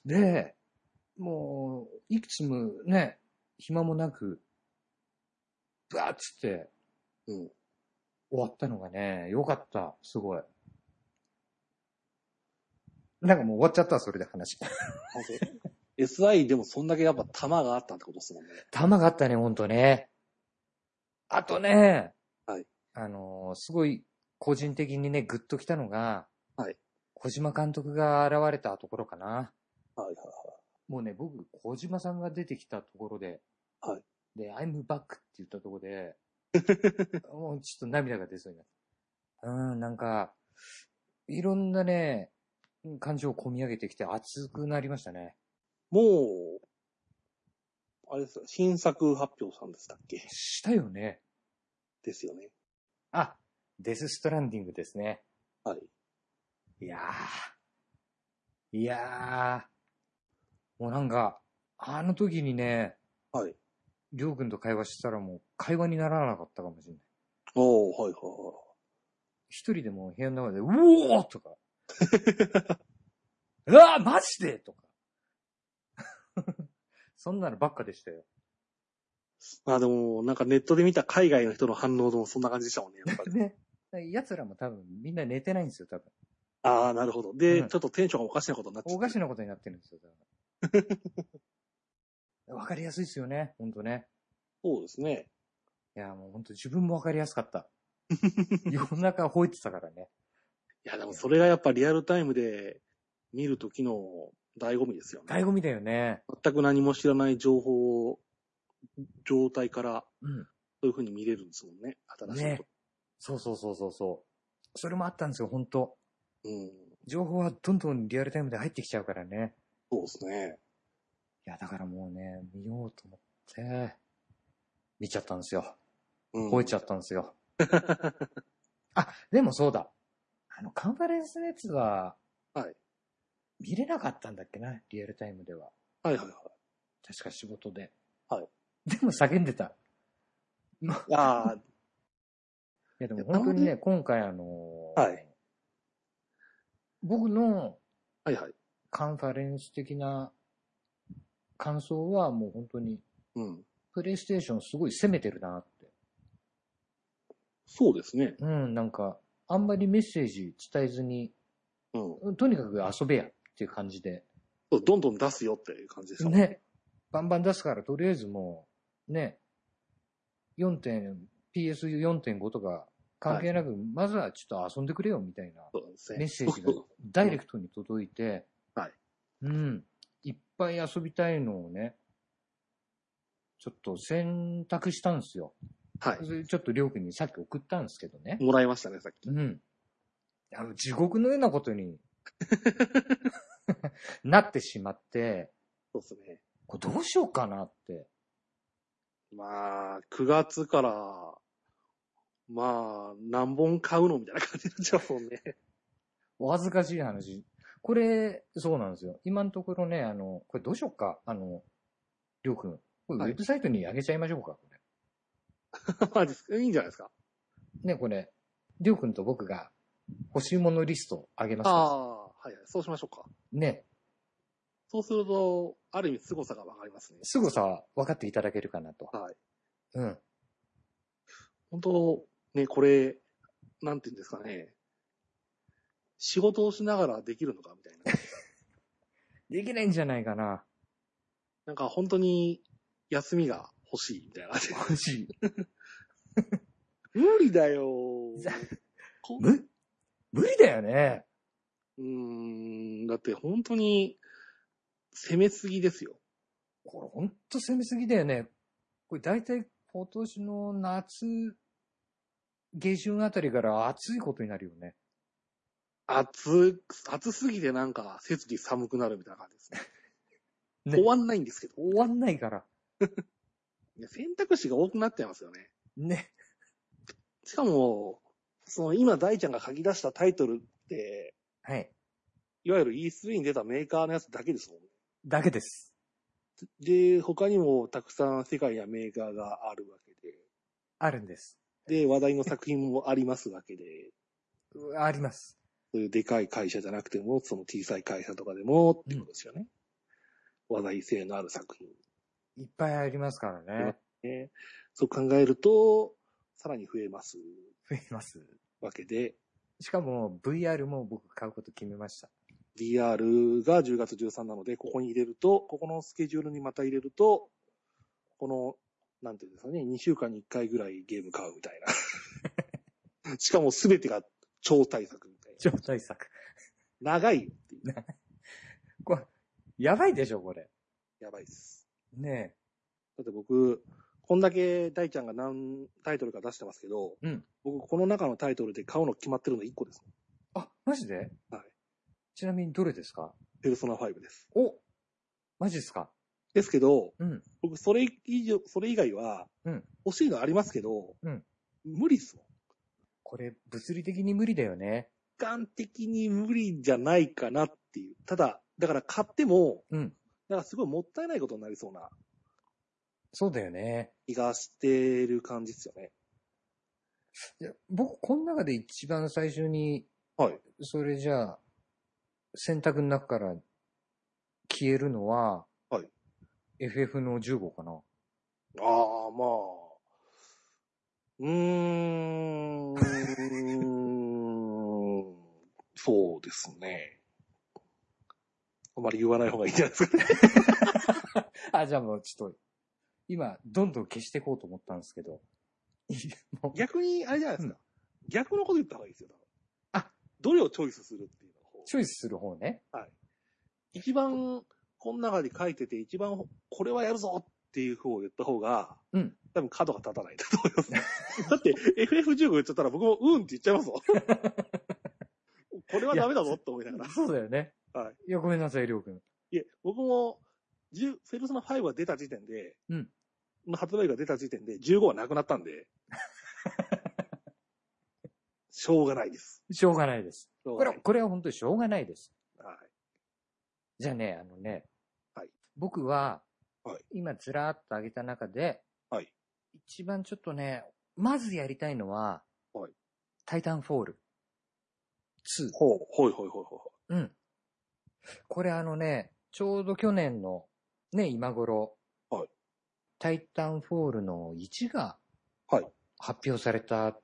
で、もう、いくつもね、暇もなく、バーッつって
うん。
終わったのがね、良かった、すごい。なんかもう終わっちゃった、それで話。
SI でもそんだけやっぱ弾があったってことですもんね。
玉があったね、ほんとね。あとね、
はい
あのーすごい、個人的にね、グッときたのが、
はい
小島監督が現れたところかな。
はいはい
もうね、僕、小島さんが出てきたところで、
はい
で、I'm back って言ったところ で、もうちょっと涙が出そうになった。うん、なんか、いろんなね、感情を込み上げてきて熱くなりましたね。
もう、あれですよ、新作発表さんでしたっけ
したよね。
ですよね。
あ、デスストランディングですね。
はい。
いやー。いやー。もうなんか、あの時にね、
はい。
りょうくんと会話してたらもう会話にならなかったかもしれない。
おー、はいは
一人でもう部屋の中で、うおーと か。うわーマジでとか。 そんなのばっかでしたよ。
い。まあでも、なんかネットで見た海外の人の反応でもそんな感じでしたも んね、やっぱり。
ね。奴らも多分みんな寝てないんですよ、多分。
ああ、なるほど。で、
うん
ちょっとテンションがおかしなことになっちゃって。
おかし
な。
なことになってるんですよ、 多分。わかりやすいですよね、ほんとね。
そうですね。
いや、もうほんと自分もわかりやすか った。夜中吠えてたからね。
いや、でもそれがやっぱリアルタイムで見るときの醍醐味ですよね。
醍醐味だよね。
全く何も知らない情報を状態から、
うん。
そういう風に見れるんですもんね、新しいこ
そうそうそうそうそう。それもあったんですよ、本当
と。うん。
情報はどんどんリアルタイムで入ってきちゃうからね。
そうですね。
いや、だからもうね、見ようと思って、見ちゃったんですよ。
うん。
吠えちゃったんです よ。あ、でもそうだ。あの、カンファレンスのやつは、
はい。
見れなかったんだっけな、リアルタイムでは。
はいはいはい。
確か仕事で。
はい。
でも叫んでた。
ああ、
いやでも
いや
本当に
たま
ね、今回あのー
はい
僕の
はいはい。
カンファレンス的な感想はもう本当に、
うん。
プレイステーションすごい攻めてるなって。
そうですね。
うん、なんか、あんまりメッセージ伝えずに、
うん。
うんとにかく遊べやっていう感じで。
そうどんどん出すよっていう感じでしたもん。
ね。バンバン出すから、とりあえずもう、ね、4点、PS4.5 とか関係なく、まずはちょっと遊んでくれよみたいな。
そうですね。
メッセージが
そう
ダイレクトに届いて、
はい。
うん。いっぱい遊びたいのをね、ちょっと選択したんですよ。
は
それちょっとりょうくんにさっき送ったんですけどね
い。。もらいましたね、さっき。
うん。あの、地獄のようなことに なってしまって、
そうですね。
これどうしようかなって。
まあ、9月から、まあ、何本買うのみたいな感じになっちゃうもんね。
お恥ずかしい話。これ、そうなんですよ。今のところね、あの、これどうしようか。あの、りょうくん。これ
は
ウ
い
ェブサイトに上げちゃいましょうか。これ
マジですかいいんじゃないですか
ね、これ、りょうくんと僕が欲しいものリストあげます
あ
か
あ、はいはい。そうしましょうか。
ね、
そうすると、ある意味凄さがわかりますね。
凄さは分かっていただけるかなと。
はい。
うん。
本当ね、これ、なんて言うんですかね。仕事をしながらできるのかみたいな。
できないんじゃないかな。
なんか本当に休みが欲しいみたいな。
欲しい。
無理だよ
ざ
こ
む、無理だよね。
うーん、だって本当に攻めすぎですよ。
これほんと攻めすぎだよね。これ大体今年の夏、下旬あたりから暑いことになるよね。
暑く、暑すぎてなんか設備寒くなるみたいな感じです ね。
ね
終わんないんですけど。
終わんないから。
いや選択肢が多くなっちゃいますよね。
ね。
しかも、その今大ちゃんが書き出したタイトルって、
はい。
いわゆる E3 に出たメーカーのやつだけですもんね。
だけです。
で、他にもたくさん世界やメーカーがあるわけ
あるんです。
で、で、話題の作品もありますわけで、
うあります。
そういうでかい会社じゃなくても、その小さい会社とかでもっていうことですよね。話題性のある作品。
いっぱいありますからね。
ね、そう考えると、さらに増えます
増えます。
わけで、
しかも VR も僕買うこと決めました。
VR が10月13なので、ここに入れると、ここのスケジュールにまた入れると、この、なんていうんですかね、2週間に1回ぐらいゲーム買うみたい な。しかも全てが超対策みたい
超対策。
な。長いっていう。
これ、やばいでしょ、これ。
やばいです。
ね
だって僕、こんだけ大ちゃんが何タイトルか出してますけど、
うん
僕この中のタイトルで買うの決まってるの1個ですもん。
え。あ、マジで
はい。
ちなみにどれですか
ペルソナ5です。
おマジですか
ですけど、
うん。
僕それ以上、それ以外は
うん、
欲しいのありますけど、
うん
無理ですもん。
これ、物理的に無理だよね。
時間的に無理じゃないかなっていう。ただ、だから買っても、
うん。
なんかすごいもったいないことになりそうな
そうだよね。
気がしてる感じですよね。
いや僕、この中で一番最初に、
はい。
それじゃあ、選択の中から消えるのは、
はい。
FF の15かな。
ああ、まあ。うーん。 そうですね。あまり言わない方がいいんじゃないです かね。
あ、じゃあもうちょっと、今、どんどん消していこうと思ったんですけど。 いやもう
逆に、あれじゃないですか。逆のこと言った方がいいですよ。
あ
どれをチョイスするっていうのを
チョイスする方 ね。
一番、この中で書いてて、一番、これはやるぞっっていう方を言った方が、
うん
多分角が立たないんだと思いますね。 だって FF15 言っちゃったら僕もうんって言っちゃいますもん。これはダメだぞって思いながら。
そうだよね。
はい。
いや、ごめんなさい、りょうくん。
いえ、僕も、10ペルソナ5が出た時点で、
うん
の発売が出た時点で15はなくなったん で、しょうがないです。
しょうがないです。
しょう
こ
が
れ
な
は、
い。
これは本当にしょうがないです。
はい
じゃあね、あのね、
はい
僕は、
はい
今ずらーっと上げた中で、
はい
一番ちょっとね、まずやりたいのは、
はい
タイタンフォール2。
ほう、ほいほいほいほい。
うん。これあのね、ちょうど去年のね、今頃、
はい
タイタンフォールの1が、
はい
発表された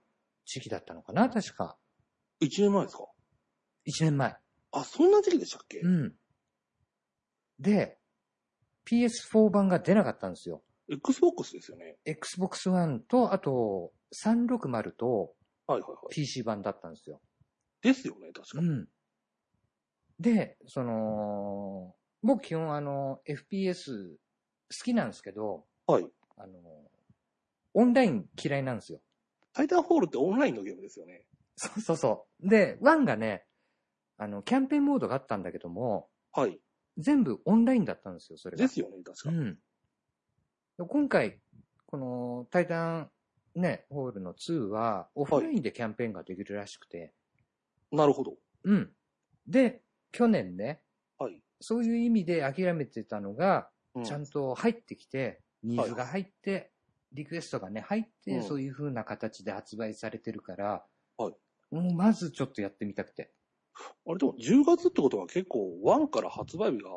時期だったのかな確か。
1年前ですか
1年前。
あ、そんな時期でしたっけ、
うん。で、PS4 版が出なかったんですよ。
?Xbox ですよね。
Xbox One と、あと、360と
はいはいはい。
PC 版だったんですよ。
ですよね、確
う
かに。
ん。で、その、僕基本あの、FPS 好きなんですけど、
はい。
あの、オンライン嫌いなんですよ。
タイタンホールってオンラインのゲームですよね。
そうそうそう。で、1がね、あの、キャンペーンモードがあったんだけども、
はい。
全
全
部オンラインだったんですよ、それが。
ですよね、確か
う
に。
ん。今回、この、タイタン、ね、ホールの2は、オフラインでキャンペーンができるらしくて、
なるほど。
うん。で、去年ね、
はい。
そういう意味で諦めてたのが、
うん
ちゃんと入ってきて、ニーズ
は
が入って、リクエストがね、入って、
うん
そういう風な形で発売されてるから、
はい
もうまずちょっとやってみたくて。
あれでも10月ってことは結構1から発売日が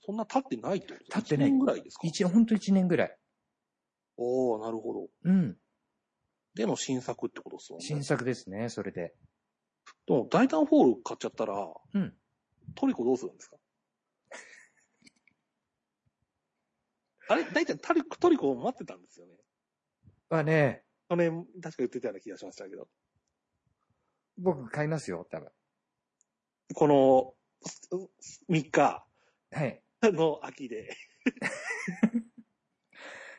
そんな経ってないってことですか
経ってない
1年ぐらいですか
一、ほんと1年ぐらい。
おー、なるほど。
うん。
での新作ってことですよね。
新作ですね、それで。
でも、ダイタンホール買っちゃったら、
うん。
トリコどうするんですか あれ、大体トリコ、トリコを待ってたんですよね。
はね、
去年、確か言ってたような気がしましたけど。
僕買いますよ、多分。
この、3日
はい。
の秋で。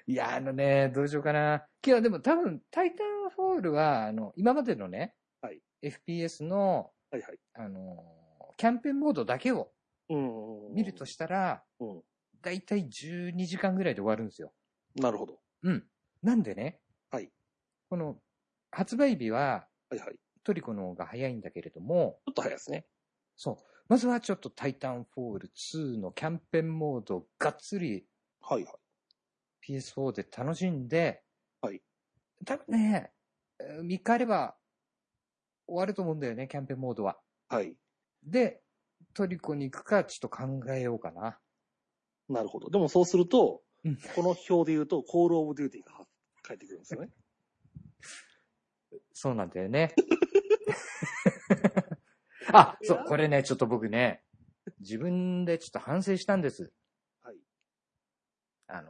いや、あのね、どうしようかな。いや、でも多分、タイタンフォールは、あの、今までのね、
はい
FPS の、
はいはい。
あの、キャンペーンモードだけを
うん。
見るとしたら、
うん。
だいたい12時間ぐらいで終わるんですよ。
なるほど。
うん。なんでね、
はい。
この、発売日は
はいはい。ち
トリコの方が早いんだけれども、
ょっと早いですね。
そう。まずはちょっとタイタンフォール2のキャンペーンモードをがっつり
はいはい。
PS4 で楽しんで、
はい。
多分ね、3日あれば終わると思うんだよね、キャンペーンモードは。
はい。
で、トリコに行くか、ちょっと考えようかな。
なるほど。でもそうすると、
うん
この表で言うと、コールオブデューティーが返ってくるんですよね。
そうなんだよ ね。あ、そ
いうや、
これね、ちょっと僕ね、自分でちょっと反省したんです。
はい。
あのー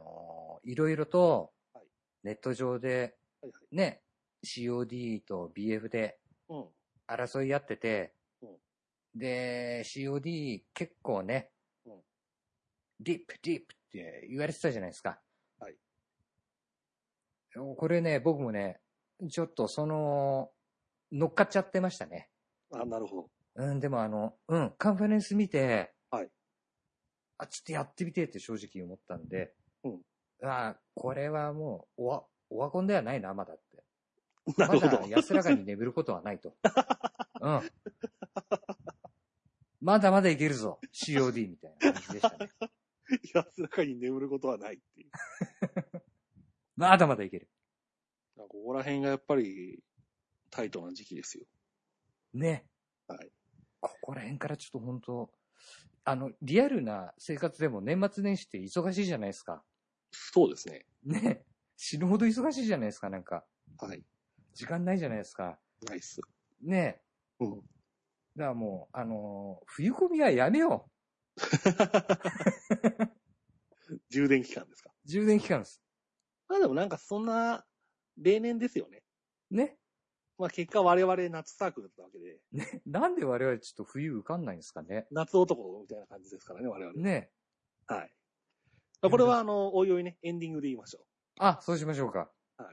いろいろと
はい、
ネット上で、
はいはい。
ね、COD と BF で
うん。
争い合ってて、
うん
で、COD 結構ね、
うん
ディップディップって言われてたじゃないですか。
はい
これね、僕もね、ちょっとその、乗っかっちゃってましたね。
あ、なるほど。
うん、でもあの、うん、カンファレンス見て、
はい
あ、ちょっとやってみてって正直思ったんで、
うん
あこれはもう、オワ、オワコンではないな、まだって。
なるほ
まだ
ど。
安らかに眠ることはないと。うん。まだまだいけるぞ。COD みたいな感じでしたね。
安らかに眠ることはないっていう。
まだまだいける。
ここら辺がやっぱり、タイトな時期ですよ。
ね。
はい。
ここら辺からちょっと本当あの、リアルな生活でも年末年始って忙しいじゃないですか。
そうですね。
ね。死ぬほど忙しいじゃないですか、なんか。
はい。
時間ないじゃないですか。
ナイス。
ね。
うん。
だからもう、あのー冬込みはやめよう。
充電期間ですか。
充電期間です。
まあでもなんかそんな、例年ですよね。
ね。
まあ結果我々夏サークルだったわけで、
なんで我々ちょっと冬受かんないんですかね。
夏男みたいな感じですからね、我々。
ね。
はい。まあこれは、あの、おいおいね、エンディングで言いましょ
あ、そうしましょうか。
う。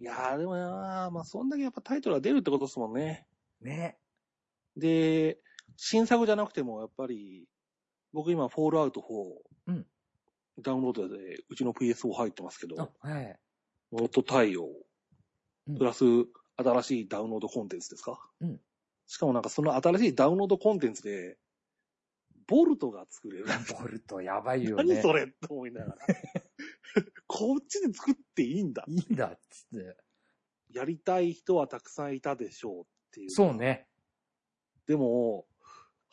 いやー、でもなー、まあ、そんだけやっぱタイトルは出るってことですもんね。
ね。
で、新作じゃなくても、やっぱり、僕今、フォールアウト
う
4、
ん
ダウンロードで、うちの PSO 入ってますけど、
あ、はい。
ノート対応
うん、
プラス新しいダウンロードコンテンツですか、
うん
しかもなんかその新しいダウンロードコンテンツで、ボルトが作れる。
ボルトやばいよね。
何それって思いながら。 こっちで作っていいんだ。
いいんだっつって。
やりたい人はたくさんいたでしょうっていう。
そうね。
でも、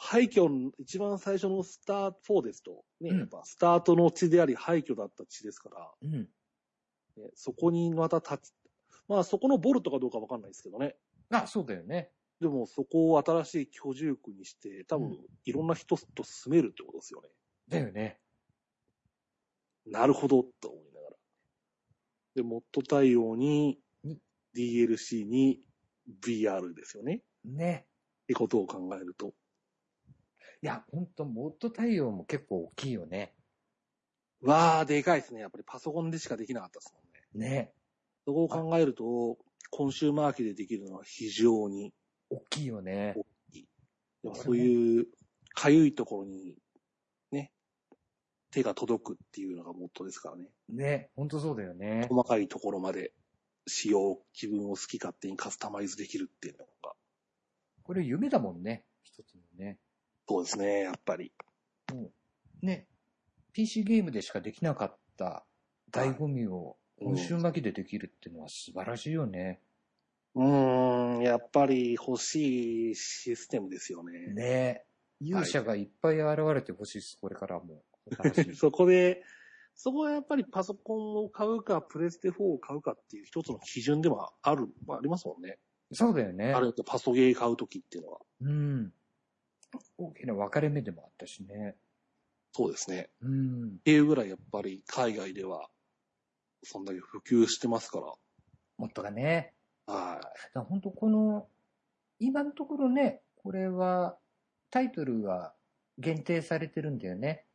廃墟の一番最初のスタート4ですと、ね、
うん
やっぱスタートの地であり廃墟だった地ですか
うん。
ら、ねそこにまた立ち、まあそこのボルトかどうかわかんないですけどね。
あ、そうだよね。
でもそこを新しい居住区にして、多
う
分
ん
いろんな人と住めるってことですよね。
だよね。
なるほど、と思いながら。で、モッド対応に
に、
DLC に VR ですよね。
ね。
ってことを考えると。
いや、ほんと、モッド対応も結構大きいよね。
わー、でかいですね。やっぱりパソコンでしかできなかったですもんね。
ね。
そこを考えると、コンシューマー機でできるのは非常に、
大きいよね。
でもそういう、かゆいところに、ね、手が届くっていうのがモッドですからね。
ね。ほんとそうだよね。
細かいところまで使用、自分を好き勝手にカスタマイズできるっていうのが、
これ夢だもんね。一つのね。
そうですね、やっぱり。
ね。PC ゲームでしかできなかった醍醐味を今週巻きでできるっていうのは素晴らしいよね。
うーん、やっぱり欲しいシステムですよね。
ね。勇者がいっぱい現れてほしいです。これからも。新しい
そこで、そこはやっぱりパソコンを買うか、プレステ4を買うかっていう一つの基準でもある、まあ、ありますもんね。
そうだよね
あ。るいはパソゲー買うときっていうのは。
うん。大きな分かれ目でもあったしね。
そうですね。
うん。
っていうぐらいやっぱり海外では、そんだけ普及してますから。
もっとがね。
は
だから本当この、今のところね、これはタイトルが限定されてるんだよね。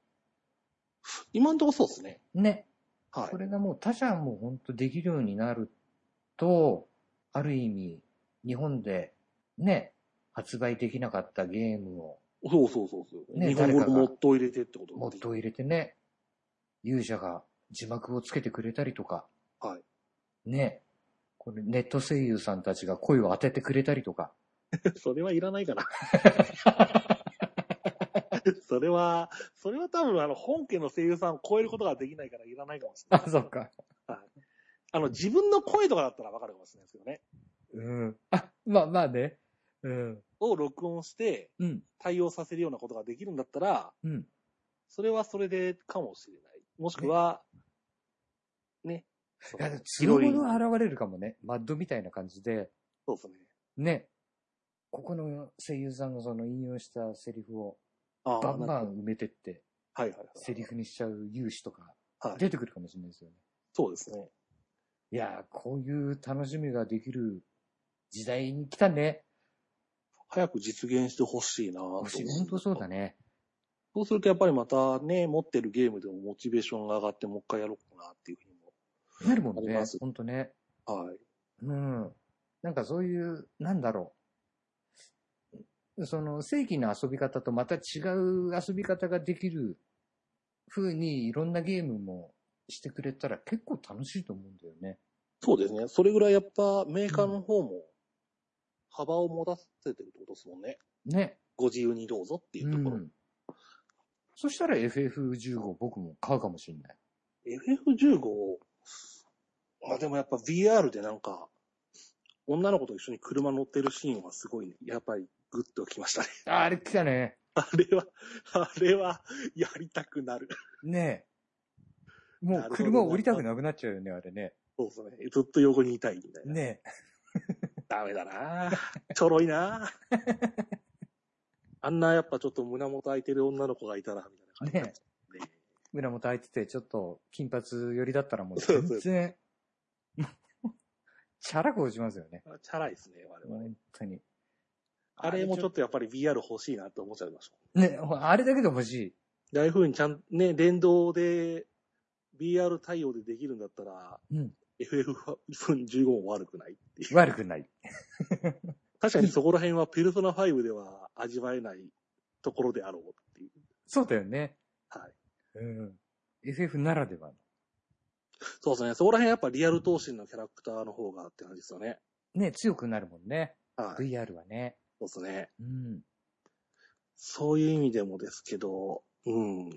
い。今のところそうですね。
ね。
はい
こ。れがもう他社も本当できるようになると、ある意味、日本でね、発売できなかったゲームを
そうそうそうそう。
ね
日本語
誰
の
かが
モッドを入れてってこと
もっと
入
入れてね、勇者が字幕をつけてくれたりとか、
はい。
ね、これネット声優さんたちが声を当ててくれたりとか、
れ て。それはいらな いかな。それは、それは多分あの本家の声優さんを超えることができないからいらないかもしれ
あ
ない。、
そっか。
あの自分の声とかだったらわかるかもしれないですけどね。
うん。あ、まあまあね。うん。
を録音して
うん。
対応させるようなことができるんだったら、
うん。
それはそれでかもしれない。もしくは、ね。そ
いや、
う
強者が現れるかもね。マッドみたいな感じで、
そうですね。
ね。ここの声優さんのその引用したセリフを
あ
バン
な
バ
んか
ン埋めてって、
はいはいはい。
セリフにしちゃう勇士とか
はい、
出てくるかもしれないですよね。
そうですね。
いやー、こういう楽しみができる時代に来たね。
早く実現してほしいなぁと思
もし本当そうだね。
そうするとやっぱりまたね、持ってるゲームでもモチベーションが上がってもう一回やろうかなっていうふうに
なるもん
あり
ね
ます。
本当ね。
も。はい。
うん。なんかそういう、なんだろう。その正規の遊び方とまた違う遊び方ができる風にいろんなゲームもしてくれたら結構楽しいと思うんだよね。
そうですね。それぐらいやっぱメーカーの方も幅を持たせてるってことですもんね。
ね。
ご自由にどうぞっていうところ。
ん。そしたら FF15 僕も買うかもしれない。
FF15、まあでもやっぱ VR でなんか、女の子と一緒に車乗ってるシーンはすごい、ね、やっぱりグッときましたね。
ああれ来たね。
あれは、あれは、やりたくなる。
ねえ。も
なる
う
ほど
車を降りたくなくなっちゃうよね、あれね。
そうですね。ずっと横にいたいみたいな。
ねえ。
ダメだなぁちょろいなぁあんなやっぱちょっと胸元開いてる女の子がいたら、みたいな感じになっちゃうね
胸元開いてて、ちょっと金髪寄りだったらもう全
そう
然、 チャラく落ちますよね。
チャラいですね、我々。
本当に。
あれもちょっ
と。
とやっぱり VR 欲しいなって思っちゃいまし
ね、ほあれだけで欲しい。
で、ああいう風にちゃん、ね、連動で、BR 対応でできるんだったら、
うん
FF15 も悪くないっていう。
悪くない。
確かにそこら辺はペルソナ5では味わえないところであろうっていう。
そうだよね。
はい。
うん。FF ならではの。
そうですね。そこら辺やっぱリアル闘神のキャラクターの方がって感じですよね。
ね、強くなるもんね。
はい。
VR はね。
そうですね。
うん。
そういう意味でもですけど、うん。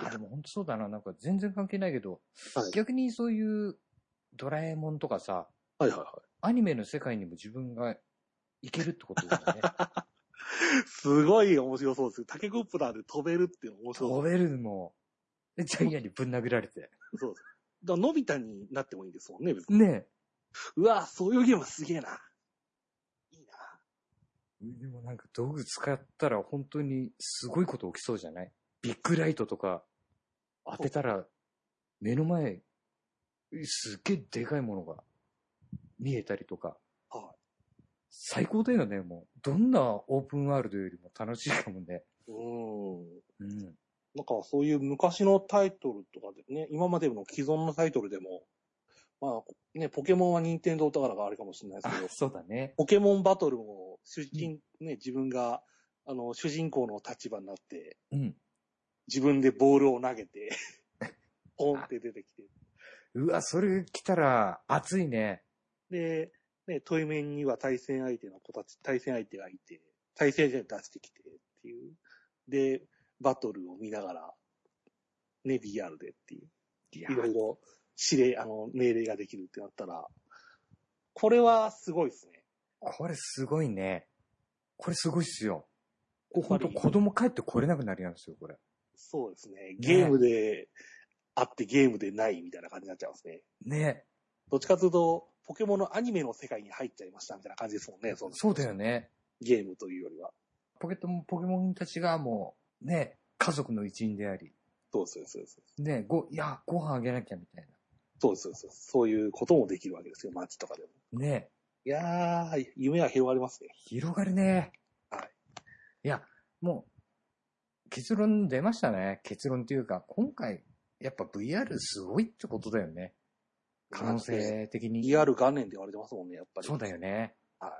あ、でも本当そうだな。なんか全然関係ないけど、
はい
逆にそういうドラえもんとかさ、
はいはいは
アニメの世界にも自分がいけるってことだよ ね。
い。すごい面白そうですよ。タケコプターで飛べるっていうの面白そ
飛
う
べるもん。ジャイアンにぶん殴られて。
そうです。だからのび太になってもいいんですもんね、別に。
ね
うわそういうゲームすげえな。いいな。
え。でもなんか道具使ったら本当にすごいこと起きそうじゃないビッグライトとか当てたら目の前、すっげえでかいものが見えたりとか。
は
最高だよね、もう。どんなオープンワールドよりも楽しいかもね。
い。うん。
うん。
なんかそういう昔のタイトルとかでね、今までの既存のタイトルでも、まあね、ポケモンは任天堂だからあれかもしれないで
あ
すけど、
そうだね。
ポケモンバトルも主人、ね、自分が、あの、主人公の立場になって、
うん。
自分でボールを投 げて、ポンって出てきて、
うわ、それ来たら熱いね。
で、ね、対面には対戦相手の子たち、対戦相手がいて、対戦相手が出してきてっていう。で、バトルを見ながら、ね、VR でっていう。
いや
いろいろ指令、あの、命令ができるってなったら、これはすごいですね。
これすごいね。これすごいっすよ。
やっぱ
本
り
当子供帰ってこれなくなりなんですよ、これ。
そうですね。ゲームであってゲームでないみたいな感じになっちゃいますね。
ね。
どっちかというと、ポケモンのアニメの世界に入っちゃいましたみたいな感じですもんね。その
そうだよね。
ゲームというよりは。
ポケットもポケモンたちがもう、ね、家族の一員であり、
そうです、そうです。
ね、ご、いや、ご飯あげなきゃみたい
そうです、そうです。そういうこともできるわけですよ、街とかでも。
な。ね。
いやー、夢は広がりますね。
広がるね。
はい。
いや、もう、結論出ましたね。結論というか、今回、やっぱ VR すごいってことだよね。可能性的に。
リアル元年って言われてますもんね、やっぱり。
そうだよ。ね。
は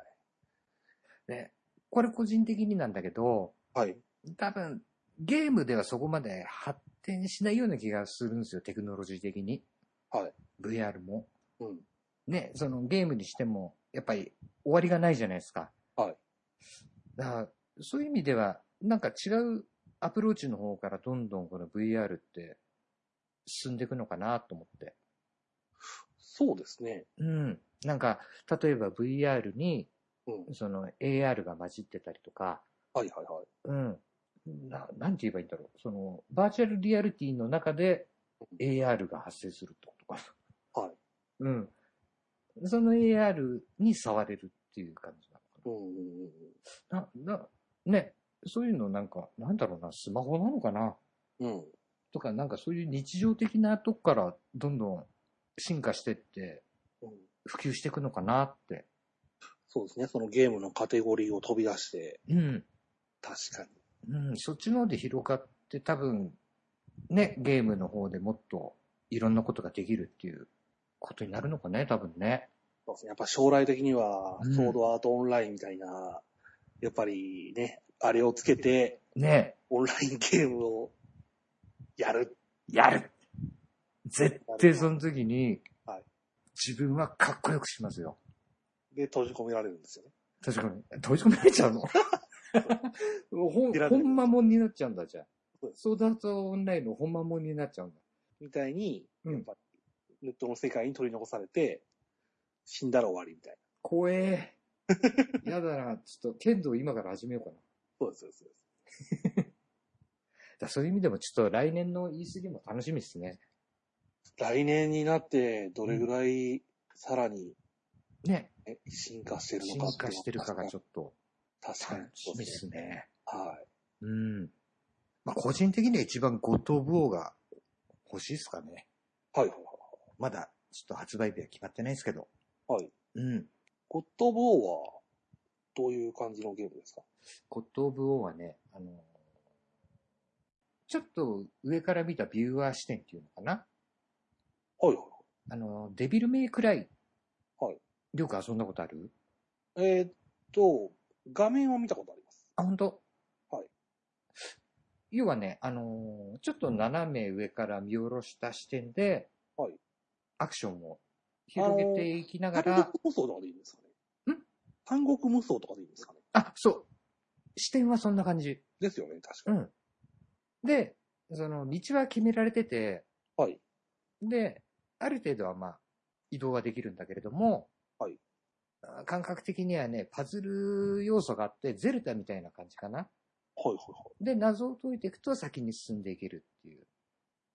ね。これ個人的になんだけど、
はい。
多分、ゲームではそこまで発展しないような気がするんですよ、テクノロジー的に。
はい。
VR も。
うん。
ね、そのゲームにしても、やっぱり終わりがないじゃないですか。
はい。
だから、そういう意味では、なんか違うアプローチの方からどんどんこの VR って進んでいくのかなと思って。
そうですね。
うん。なんか、例えば VR に、
うん。
その AR が混じってたりとか、
はいはいはい。
うん。な、なんて言えばいいんだろう。その、バーチャルリアリティの中で AR が発生するってことかな。
はい。
うん。その AR に触れるっていう感じなのかな。
うんうんうんうん。
な、な、ね、そういうのなんか、なんだろうな、スマホなのかな
うん。
とか、なんかそういう日常的なとこからどんどん進化してって、
うん、
普及していくのかなって。
そうですね。そのゲームのカテゴリーを飛び出して、
うん。
確かに。
うん、そっちの方で広がって多分、ね、ゲームの方でもっといろんなことができるっていうことになるのかね、多分ね。
そうですね。やっぱ将来的には、
うん
ソードアートオンラインみたいな、やっぱりね、あれをつけて、
ね、
オンラインゲームをやる。
やる絶対その時に
はい、
自分はかっこよくしますよ。
で、閉じ込められるんですよね。
確かに。閉じ込められちゃう の ほん
出られない
ほんまもんになっちゃうんだ、じゃあ
そう。で
ソードアートオンラインのほんまもんになっちゃうんだ。
みたいに、
うん
やっぱり、ネットの世界に取り残されて、死んだら終わりみたいな。
怖え。やだな。ちょっと剣道今から始めようかな。
そうです、そうです。
だからそういう意味でもちょっと来年の E3 も楽しみですね。
来年になって、どれぐらい、さらに、
ね。
ね進化してるの
進
か
化してるかがち
ょっ
ょっと
と。確かに
楽。しみです。ね。
はい。
うん。まあ個人的には一番ゴトブオが欲しいですかね。
はいはいはい。
まだちょっと発売日は決まってないですけど。
はい。
うん。
ゴッド・ボーは、どういう感じのゲームですか
ゴッド・オブ・オーはね、あの、ちょっと上から見たビューアー視点っていうのかな。
はいは
あの、デビルメイクライ。
はい。
りょうか遊んだことある
い。えーっと、画面は見たことあります。
あ、本当
はい。
要はね、あのーちょっと斜め上から見下ろした視点で、
はい。
アクションを広げていきながら、
韓国無双とかでいいんですかね。
ん
韓国無双とかでいいんですかね。
あ、そう。視点はそんな感じ。
ですよね、確か
う
に。
ん。で、その、道は決められてて、
はい。
で、ある程度はまあ、移動はできるんだけれども、
はい
あ。感覚的にはね、パズル要素があって、ゼルダみたいな感じかな。
はいはいは
で、謎を解いていくと先に進んでいけるっていう。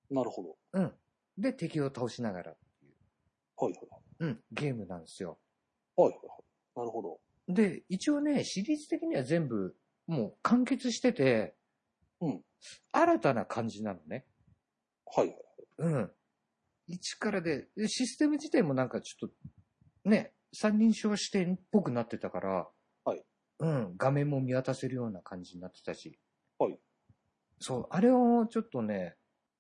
い。なるほど。
うん。で、敵を倒しながらっていう。
はいはい
うん。ゲームなんですよ。
はい。はいはいはい。なるほど。
で、一応ね、シリーズ的には全部、もう完結してて、
うん。
新たな感じなのね。
はいはい。
うん。一からで、でシステム自体もなんかちょっと、ね、三人称視点っぽくなってたから、
はい。
うん、画面も見渡せるような感じになってたし。
はい。
そう、あれをちょっとね、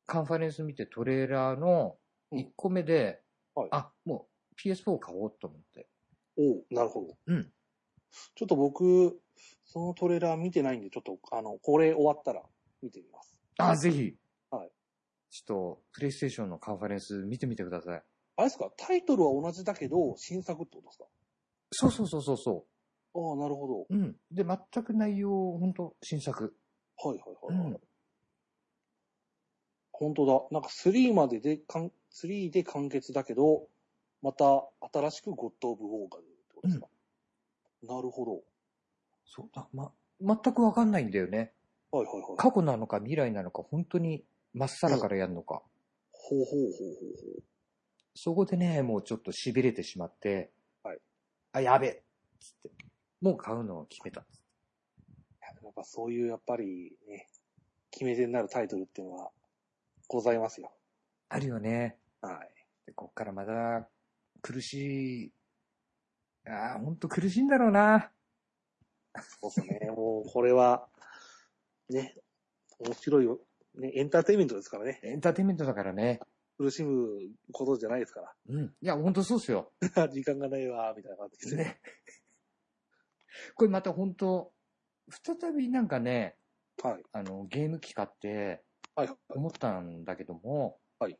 カンファレンス見てトレーラーの
うん
1個目で、
はい
あ、もう PS4 買おうと思って。
おうなるほど。
うん。
ちょっと僕、そのトレーラー見てないんで、ちょっと、あの、これ終わったら見てみます。
あ、ぜひ。
はい。
ちょっと、プレイステーションのカンファレンス見てみてください。
あれですかタイトルは同じだけど、新作ってことですか
そうそうそうそうそ
ああ、なるほど。
う。うん。で、全く内容、本当新作。
はいはいはい。
うん
本当だ。なんか3までで、かん3で完結だけど、また新しくゴッド・オブ・ウォーが出るってことですか、なるほど。
そうだ、ま、全くわかんないんだよね。
はいはいはい。
過去なのか未来なのか、本当にまっさらからやるのか。
ほうほうほう
そこでね、もうちょっと痺れてしまって、
はい。
あ、やべえつって。もう買うのを決めた。
ほうほう。やっぱそういう、やっぱりね、決め手になるタイトルっていうのは、ございますよ。
あるよね。
はい。
で、こっからまた、苦しい。ああ、ほんと苦しいんだろうな。
そうですね。 もう、これは、ね、面白いよ。ね、エンターテインメントですからね。
エンターテインメントだからね。
苦しむことじゃないですか
うん。いや、ほんとそうっすよ。
ら。 時間がないわ、みたいな感じで。
ね。これまた本当再びなんかね、
はい。
あの、ゲーム機買って、
はい。
思ったんだけども、
はい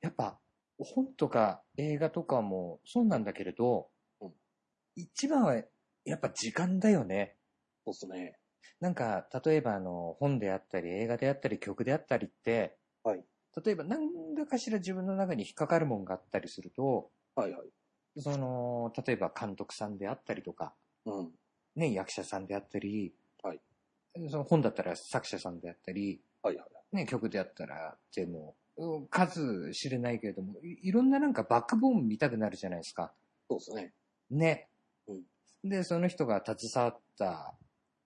やっぱ本とか映画とかもそうなんだけれど、
うん
一番はやっぱ時間だよね。
そうですね。
なんか、例えばあの、本であったり映画であったり曲であったりって、
はい
例えば何らかしら自分の中に引っかかるもんがあったりすると、
はいはい。
その、例えば監督さんであったりとか、
うん。
ね、役者さんであったり、
はい
その本だったら作者さんであったり、
はいはい。
ね、曲であったら、でも、うん数知れないけれどもい、いろんななんかバックボーン見たくなるじゃないですか。
そうですね。
ね。
うん
で、その人が携わった、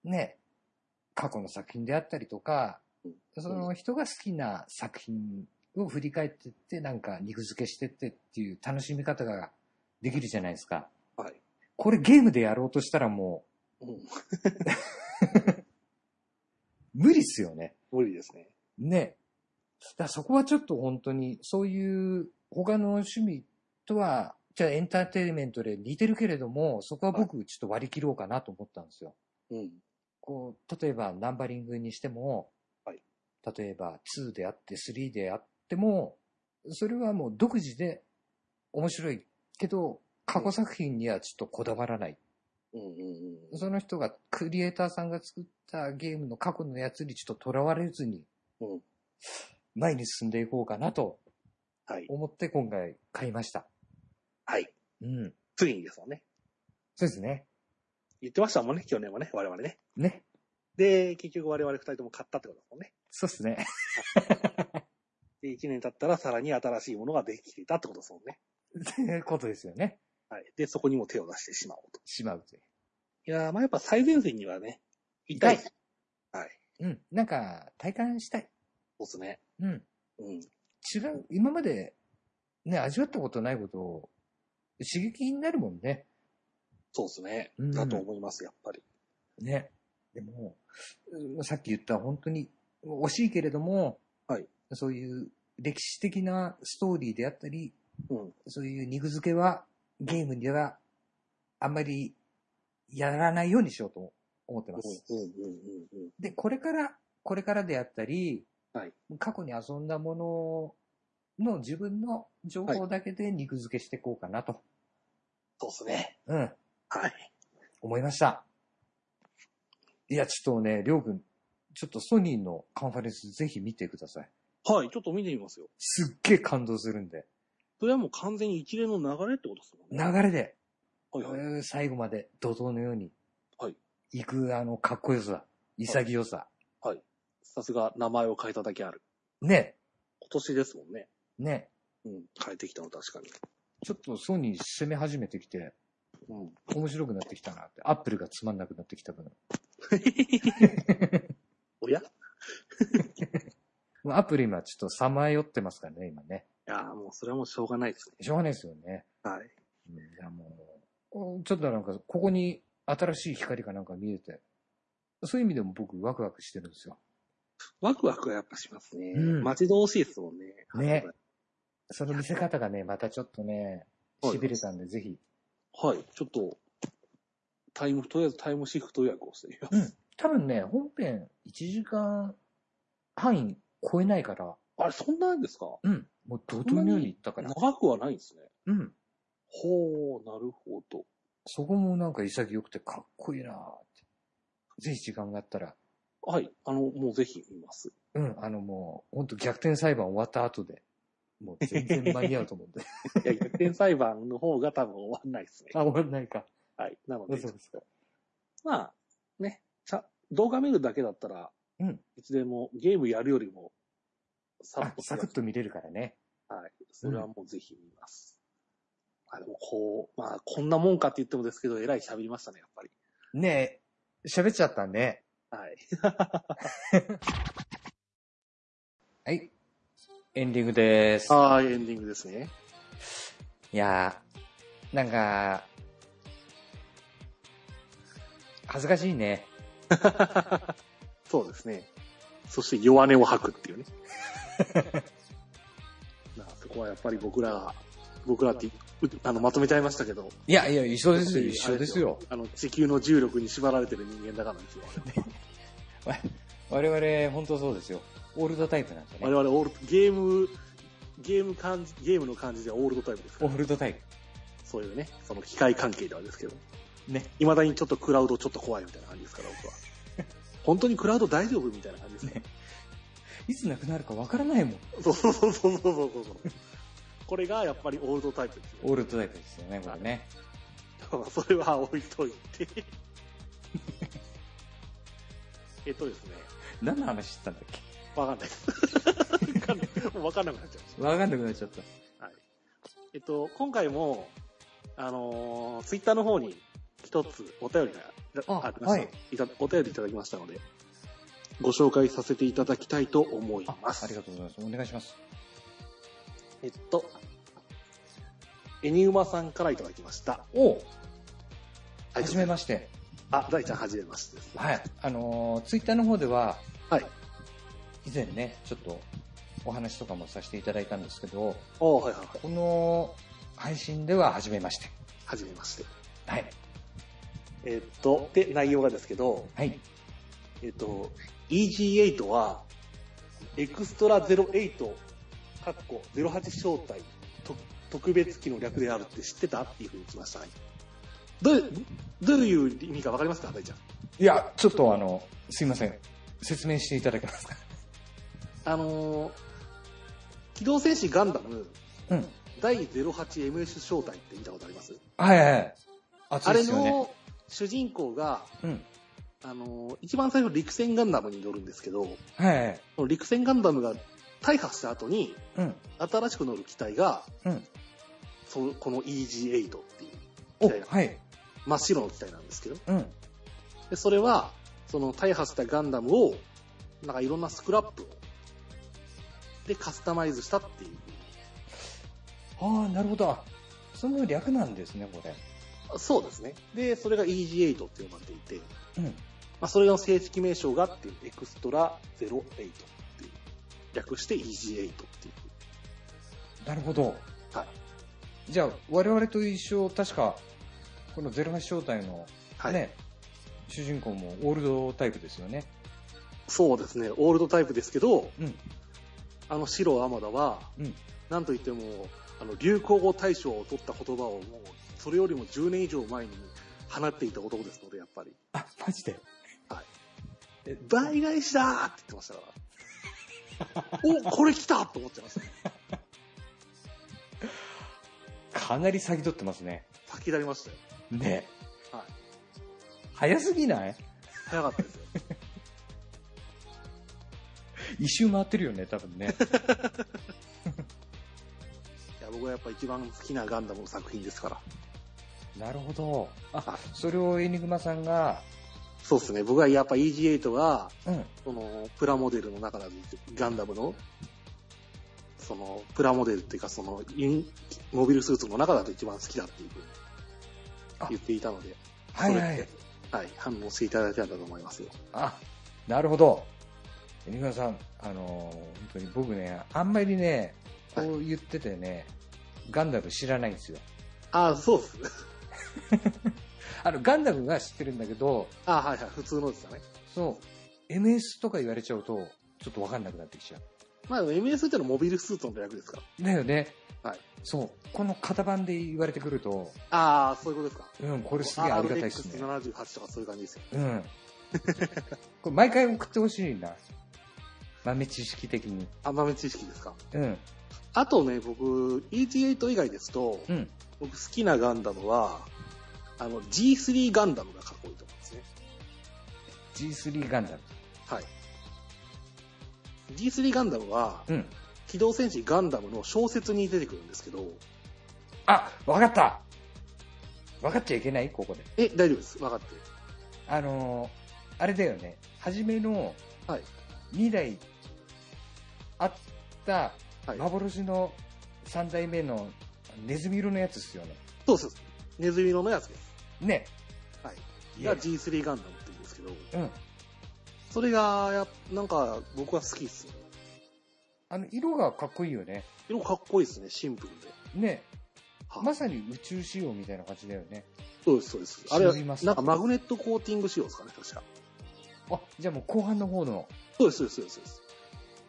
ね、過去の作品であったりとか
うん、
その人が好きな作品を振り返ってって、なんか肉付けしてってっていう楽しみ方ができるじゃないですか。
はい。
これゲームでやろうとしたらも
うん。
う無理っすよね。
無理ですね。
ね。だからそこはちょっと本当に、そういう他の趣味とは、じゃあエンターテインメントで似てるけれども、そこは僕ちょっと割り切ろうかなと思ったんですよ。
うん。
こう、例えばナンバリングにしても、
はい
例えば2であって3であっても、それはもう独自で面白いけど、過去作品にはちょっとこだわらない。
うんうんうん。
その人が、クリエイターさんが作ったゲームの過去のやつにちょっと囚われずに
うん、
前に進んでいこうかなと
はい。
思って今回買いました。
はい。
うん。
ついにですもんね。
そうですね。
言ってましたもんね、去年もね、我々ね。
ね。
で、結局我々二人とも買ったってことですもんね。
そうですね。
で、一年経ったらさらに新しいものができていたってことですもんね。
っていうことですよね。
はい。で、そこにも手を出してしまおうと。
しまうという。
いやー、まあやっぱ最前線にはね、痛い。
痛
はい。
うん。なんか、体感したい。
そうですね。
うん。
うん。
違う、今まで、ね、味わったことないことを、刺激になるもんね。
そうですね。
うん
だと思います、やっぱり。
ね。でも、うんさっき言った本当に惜しいけれども、
はい
そういう歴史的なストーリーであったり、
うん。
そういう肉付けはゲームではあんまりやらないようにしようと思ってます。
うんうんうんうん
で、これから、これからであったり、
はい
過去に遊んだものの自分の情報だけで肉付けしていこうかなと、
そうですね。
うん、
はい。
思いました。いや、ちょっとね、りょうくん、ちょっとソニーのカンファレンスぜひ見てください。
はい、ちょっと見てみますよ。
すっげえ感動するんで。
それはもう完全に一連の流れってことですもんね。
流れで、
はいはい。
うん最後まで怒涛のように、
はい
行く、あの、かっこよさ、潔さ、
さすが名前を変えただけある。
ね、
今年ですもんね。
ね、
うん。変えてきたの確かに。
ちょっとソニー攻め始めてきて、
うん。
面白くなってきたなって、アップルがつまんなくなってきた分。
おやい
まあアップル今ちょっとさまよってますからね、今ね。
やーもうそれはもうしょうがないですね。
しょうがないですよね。
はい。
うんいやもう、ちょっとなんか、ここに新しい光かなんか見えて、そういう意味でも僕ワクワクしてるんですよ。
ワクワクはやっぱしますね。
うん
待ち遠しいですもんね。
ねその見せ方がね、またちょっとね、
はい
痺れたんで、ぜひ、
はい。はい。ちょっと、タイム、とりあえずタイムシフト予約をしてみます。
多分ね、本編1時間半囲超えないから、
あれ、そんなんですか
うん、もう怒涛のように行ったから、
長くはないんですね。
うん、
ほう、なるほど。
そこもなんか潔くてかっこいいなーって。ぜひ時間があったら、
はい。あの、もうぜひ見ます。
うん、あのもう、ほんと逆転裁判終わった後で、もう全然間に合うと思うんで。
いや、逆転裁判の方が多分終わんないですね。
あ、終わんないか。
はい。なので、
そうですか
まあ、ね、ちゃ、動画見るだけだったら、
うん
いつでもゲームやるよりも、サ
あ、サクッと見れるからね。
はい。それはもうぜひ見ます。まあでもこう、まあこんなもんかって言ってもですけど、えらい喋りましたね、やっぱり。
ねえ、喋っちゃったね。
はい。
はい。エンディングです。
はい、エンディングですね。
いやー、なんか、恥ずかしいね。
そうですね。そして弱音を吐くって いうね。まあそこはやっぱり僕らが、僕らって、うあの、まとめちゃいましたけど。
いやいや、一緒ですよ、
やっぱり
一緒ですよ。
あの、地球の重力に縛られてる人間だからですよ。
我々、本当そうですよ。オールドタイプなんですよ
我
ね。
々オール、ゲーム、ゲーム感じ、ゲームの感じではオールドタイプですか
オ
ら。
ールドタイ
そういうね、その機械関係ではですけど。
プ。ね。
いまだにちょっとクラウドちょっと怖いみたいな感じですから、僕は。本当にクラウド大丈夫みたいな感じですね。
いつなくなるかわからないもん。
そうそうそうそうそうそうそう。これがやっぱりオールドタイプですよ。
オールドタイプですよね、これね。
まあ それは置いといて。 えっとですね、
何の話してたんだっけ
わかんない です。わかんない。もうわかんなくなっちゃいまし
わかんなくなっちゃった。
た。えっと、今回も、あのツイッター Twitter の方に一つお便りが
あ
ありました、
はい
いたお便りいただきましたので、ご紹介させていただきたいと思い
あ
ま、
あ
す
り。がとうございます。お願いします。
えっと、エニウマさんからいただきました。
おう、
は
はじめまして。
あ、大ちゃんはじめましてです。
はい。あのー、ツイッターの方では、
はい。
以前ね、ちょっとお話とかもさせていただいたんですけど、
おはいはいはい。
この配信では初めまして。
はじめまして。
はい。
えっと、で、内容がですけど、
はい。
えっと、EG8 は、エクストラ08、かっこ08招待と、特別機の略であるって知ってたっていうふうに来ました。はいどう、どういう意味かわかりますか大ちゃん。
いや、ちょっとあの、すいません。説明していただけますか。
あのー機動戦士ガンダム、
うん。
第 08MS 招待って見たことあります
はいはい。熱
あ
いで
れ
すよね。
の主人公が、
うん。
あの、一番最初陸戦ガンダムに乗るんですけど、
はいはい。
この陸戦ガンダムが大破した後に、
うん。
新しく乗る機体が、
うん。
そうこの EG8 っていう
お、
機体なんです
はい。
真っ白の機体なんですけど、
うん。
でそれは、その大破したガンダムを、なんかいろんなスクラップを、でカスタマイズしたっていう。
ああ、なるほど。あその略なんですね、これ。
そうですね。で、それが EG8 って呼ばれていて、
うん。
まあ、それの正式名称がっていう、エクストラ08っていう、略して EG8 っていう。
なるほど。
は
じゃあ、我々と一緒、確か、この08正体の、
はい。
ね、主人公もオールドタイプですよね。
そうですね、オールドタイプですけど、
うん
あの白天田は、
うん
なんといっても、あの流行語大賞を取った言葉をもう、それよりも10年以上前に放っていた男ですので、やっぱり。
あ、マジで
え倍返しだーって言ってました から。お、これ来たと思っちゃいましたね。
かなり先取ってますね。
先だりましたよ。
ね。
はい
早すぎない
早かったですよ。
一周回ってるよね、多分ね。
いや、僕はやっぱ一番好きなガンダムの作品ですから。
なるほど。あ
は、
それをエニグマさんが、
そうですね。僕はやっぱ EG8 が、
うん。
その、プラモデルの中で、ガンダムの、その、プラモデルっていうか、その、ユニモビルスーツの中だと一番好きだっていうふうに
あ
言っていたので、
はい
そ
は
れっ
い
て。はい、反応していただいたんだと思いますよ。
あ、なるほど。エニグマさん、あのー本当に僕ね、あんまりね、こう言っててね、ガンダム知らないんですよ。
ああ、そうっす。
あの、ガンダムは知ってるんだけど、
ああ、はいはい、普通のですよね。
そう、MS とか言われちゃうと、ちょっとわかんなくなってきちゃう。
まあ、でも MS ってのはモビルスーツの略ですから。
だよね。
はい。
そう。この型番で言われてくると、
ああ、そういうことですか。
うん、これすげえありがたいですね。
RX78 とかそういう感じですよ。
うん。 これ毎回送ってほしいな。豆知識的に。
甘め知識ですか。
うん。
あとね、僕、ET8 以外ですと、
うん。
僕好きなガンダムは、あの、G3 ガンダムがかっこいいと思うんですね。
G3 ガンダム。
はい。G3 ガンダムは、
うん。
機動戦士ガンダムの小説に出てくるんですけど、
あ、わかったわかっちゃいけないここで。
え、大丈夫です。分かってる。
あのーあれだよね。初めの、
はい
2台あった
はい、
幻の3代目のネズミ色のやつっすよね。
そうそうそう。ネズミ色のやつです。
ね。
はい。
いや
が G3 ガンダムって言うんですけど、
うん。
それが、やっなんか、僕は好きっすよ。
あの、色がかっこいいよね。
色もかっこいいですね、シンプルで。
ね。
はい
まさに宇宙仕様みたいな感じだよね。
そうです、そうです。あれは、
信じます
なんかマグネットコーティング仕様ですかね、確か。
あ、じゃあもう後半の方の。
そうです、そうです、そうですそうです。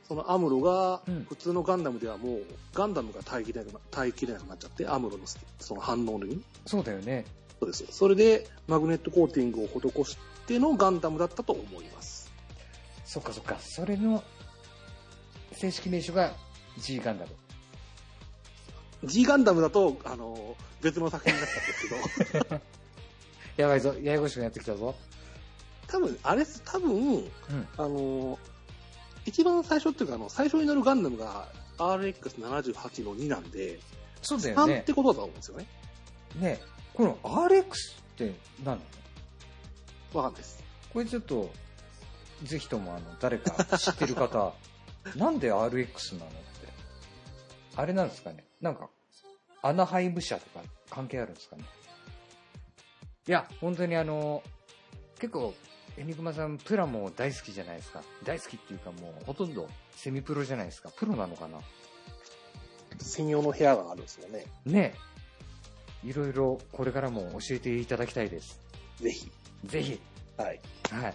そのアムロが
うん、
普通のガンダムではもう、ガンダムが耐えきれなくな耐えきれなくなっちゃって、アムロのその反応のに。
そうだよね。
そうです。それで、マグネットコーティングを施してのガンダムだったと思います。
そっかそっか。それの正式名称が G ガンダム。
G ガンダムだと、あの、別の作品だったんですけど、
やばいぞ。ややこしくなってきたぞ。
多分、あれっす、多分、
うん。
あの、一番最初っていうか、あの、最初に乗るガンダムが RX78 の2なんで、
そうだよ
3っ
ね
て。ことだと思うんですよね。
ね。この RX って何なの
わかんないです。
これちょっと、ぜひともあの、誰か知ってる方、なんで RX なのって。あれなんですかね。なんか、アナハイム社とか関係あるんですかね。いや、本当にあの、結構、エニグマさん、プラも大好きじゃないですか。大好きっていうかもう、ほとんどセミプロじゃないですか。プロなのかな
専用の部屋があるんですよね。
ねえ。いろいろ、これからも教えていただきたいです。
ぜひ。
ぜひ。
はい。
はい。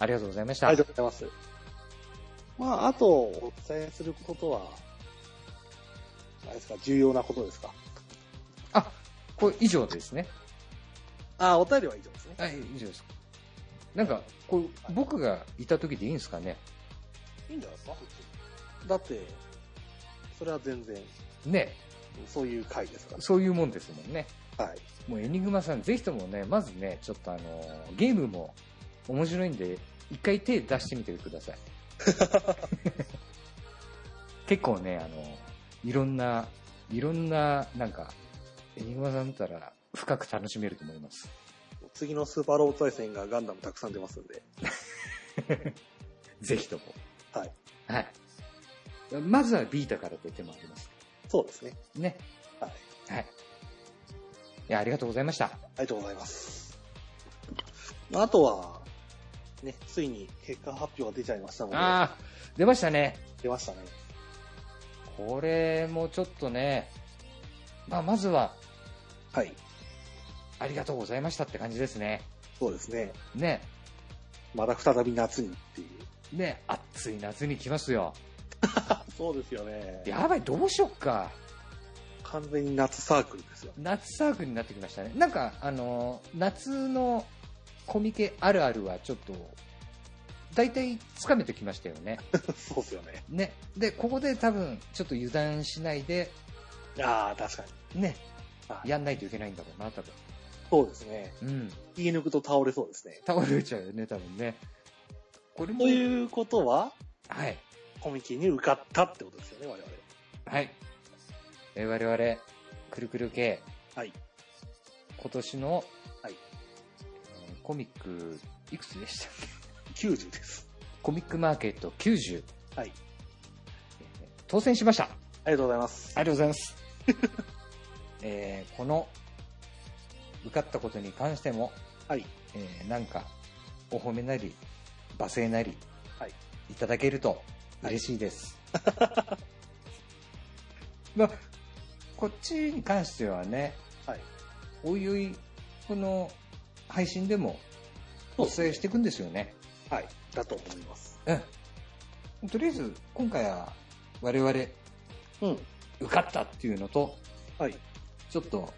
ありがとうございました。
ありがとうございます。まあ、あと、お伝えすることは、あれですか、重要なことですか。
あ、これ以上ですね。
あ、お便りは以上ですね。
はい、以上です。なんか、これ、僕がいた時でいいんですかね
いいんじゃないですか、普通にだって、それは全然、
ね、
そういう回ですか
そういうもんですもんね。
ら。はい。
もうエニグマさん、ぜひともね、まずね、ちょっとあのーゲームも面白いんで、一回手出してみてくだ さい。結構ね、あのーいろんな、いろんな、なんか、エニグマさんだったら深く楽しめると思います。
次のスーパーロボット対戦がガンダムたくさん出ますんで。
ぜひとも。
はい。
はい。まずはビータからという手もあります。
そうですね。
ね。
はい。
はい。いや、ありがとうございました。
ありがとうございます。まああとは、ね、ついに結果発表が出ちゃいましたので、
ああ、出ましたね。
出ましたね。
これもちょっとね、まあ、まずは、
はい。
ありがとうございましたって感じですね。
そうですね。
ね。
まだ再び夏にっていう。
ね、暑い夏に来ますよ。
そうですよね。
やばい、どうしよっか。
完全に夏サークルですよ。
夏サークルになってきましたね。なんか、あのー、夏のコミケあるあるはちょっと、大体つかめてきましたよね。
そうですよね。
ね。で、ここで多分、ちょっと油断しないで、
ああ、確かに。
ね、
はい
やんないといけないんだろうな、多分。
そうですね。
うん。
言い抜くと倒れそうですね。
倒れちゃうよね、多分ね。これも、
ということは、
はい。
コミケに受かったってことですよね、我々。
はい。えー我々、くるくる系。
はい
今年の、
はい
えーコミック、いくつでしたっ け
90です。
コミックマーケット90。
はい。
えー当選しました。あ
ありがとうございます。
りがとうございます。 えーこの、受かったことに関しても、
はい。
えーなんか、お褒めなり、罵声なり、
はい、
ただけると嬉しいです。 まあ、こっちに関してはね、
はい。
おいおい、この配信でもお伝えしていくんですよね。
はい。だと思います。
うん。とりあえず、今回は我々受
うん。
かったっていうのと、
はい。
ちょっと、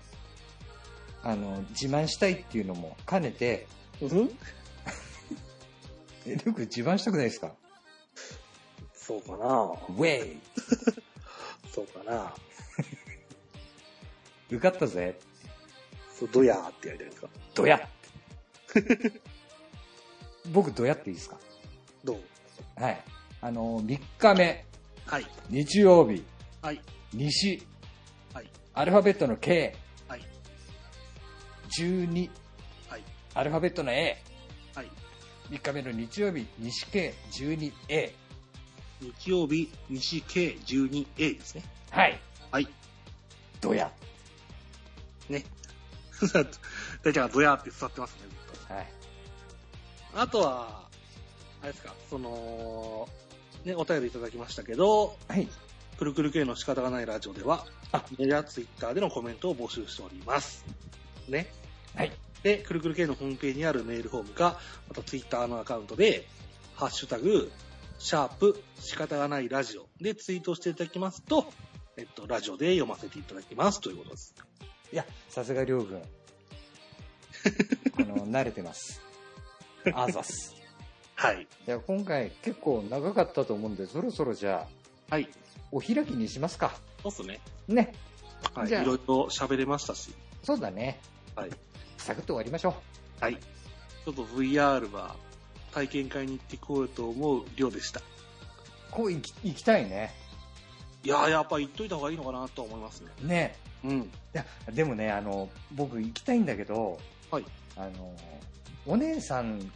あの、自慢したいっていうのも兼ねて、
うん
え、ルーク自慢したくないですか
そうかな
ウェイ
そうかな
受かったぜ
そう、ドヤーってやりたいですか
ドヤ 僕ドヤっていいですか
どう
はい。あの、3日目、
はい。
日曜日、
はい。
西、
はい
アルファベットの K、
はい
12、
はい
アルファベットの A、
はい。
3日目の日曜日、西 K12A。
日曜日、西 K12A ですね。
はい。
はい。
ドヤ。
ね。 大ちゃんがドヤーって座ってますね、ずっ
はい。
とあとは、あれですか、その、ね、お便りいただきましたけど、
はい。
くるくる系の仕方がないラジオでは
あ、
メールやツイッターでのコメントを募集しております。ね。
はい。
で、くるくる系のホームページにあるメールフォームか、またツイッターのアカウントで、ハッシュタグ、シャープ、仕方がないラジオでツイートしていただきますと、えっと、ラジオで読ませていただきますということです。
いや、さすがりょうくん。あ の、慣れてます。あざっす。
はい。
いや、今回結構長かったと思うんで、そろそろじゃあ、
はい。
お開きにしますか。
そうっすね。
ね。
はい。い
じゃあ
ろいろ喋れましたし、
そうだね。
はい。
サクッと終わりましょう。
はい。ちょっと VR は体験会に行ってこようと思う量でした。
こう行き行きたいね。
いやー、やっぱ行っといた方がいいのかなとは思いますね。
ね。
うん。
いや、でもね、あの、僕行きたいんだけど、
はい。
あの、お姉さん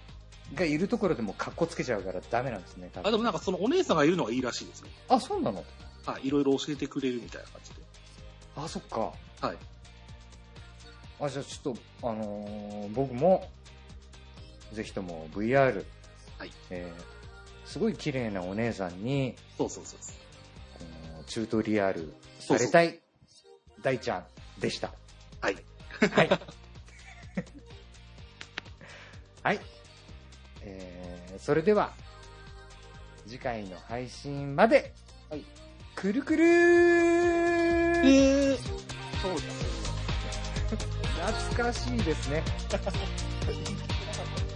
がいるところでも格好つけちゃうからダメなんですね、多
あ、
分
でもなんかそのお姉さんがいるのがいいらしいですね。
あ、そうなの
はい。いろいろ教えてくれるみたいな感じで。
あ、そっか。
はい。
あ、じゃあちょっと、あのー僕も、ぜひとも VR、
はい
えーすごい綺麗なお姉さんに、
そうそうそう
このチュートリアルされたい、大ちゃんでした。
はい。
はい。はい。えー、それでは、次回の配信まで、
はい
くるくるー
えー、そうですね。
懐かしいですね。
行ってなかった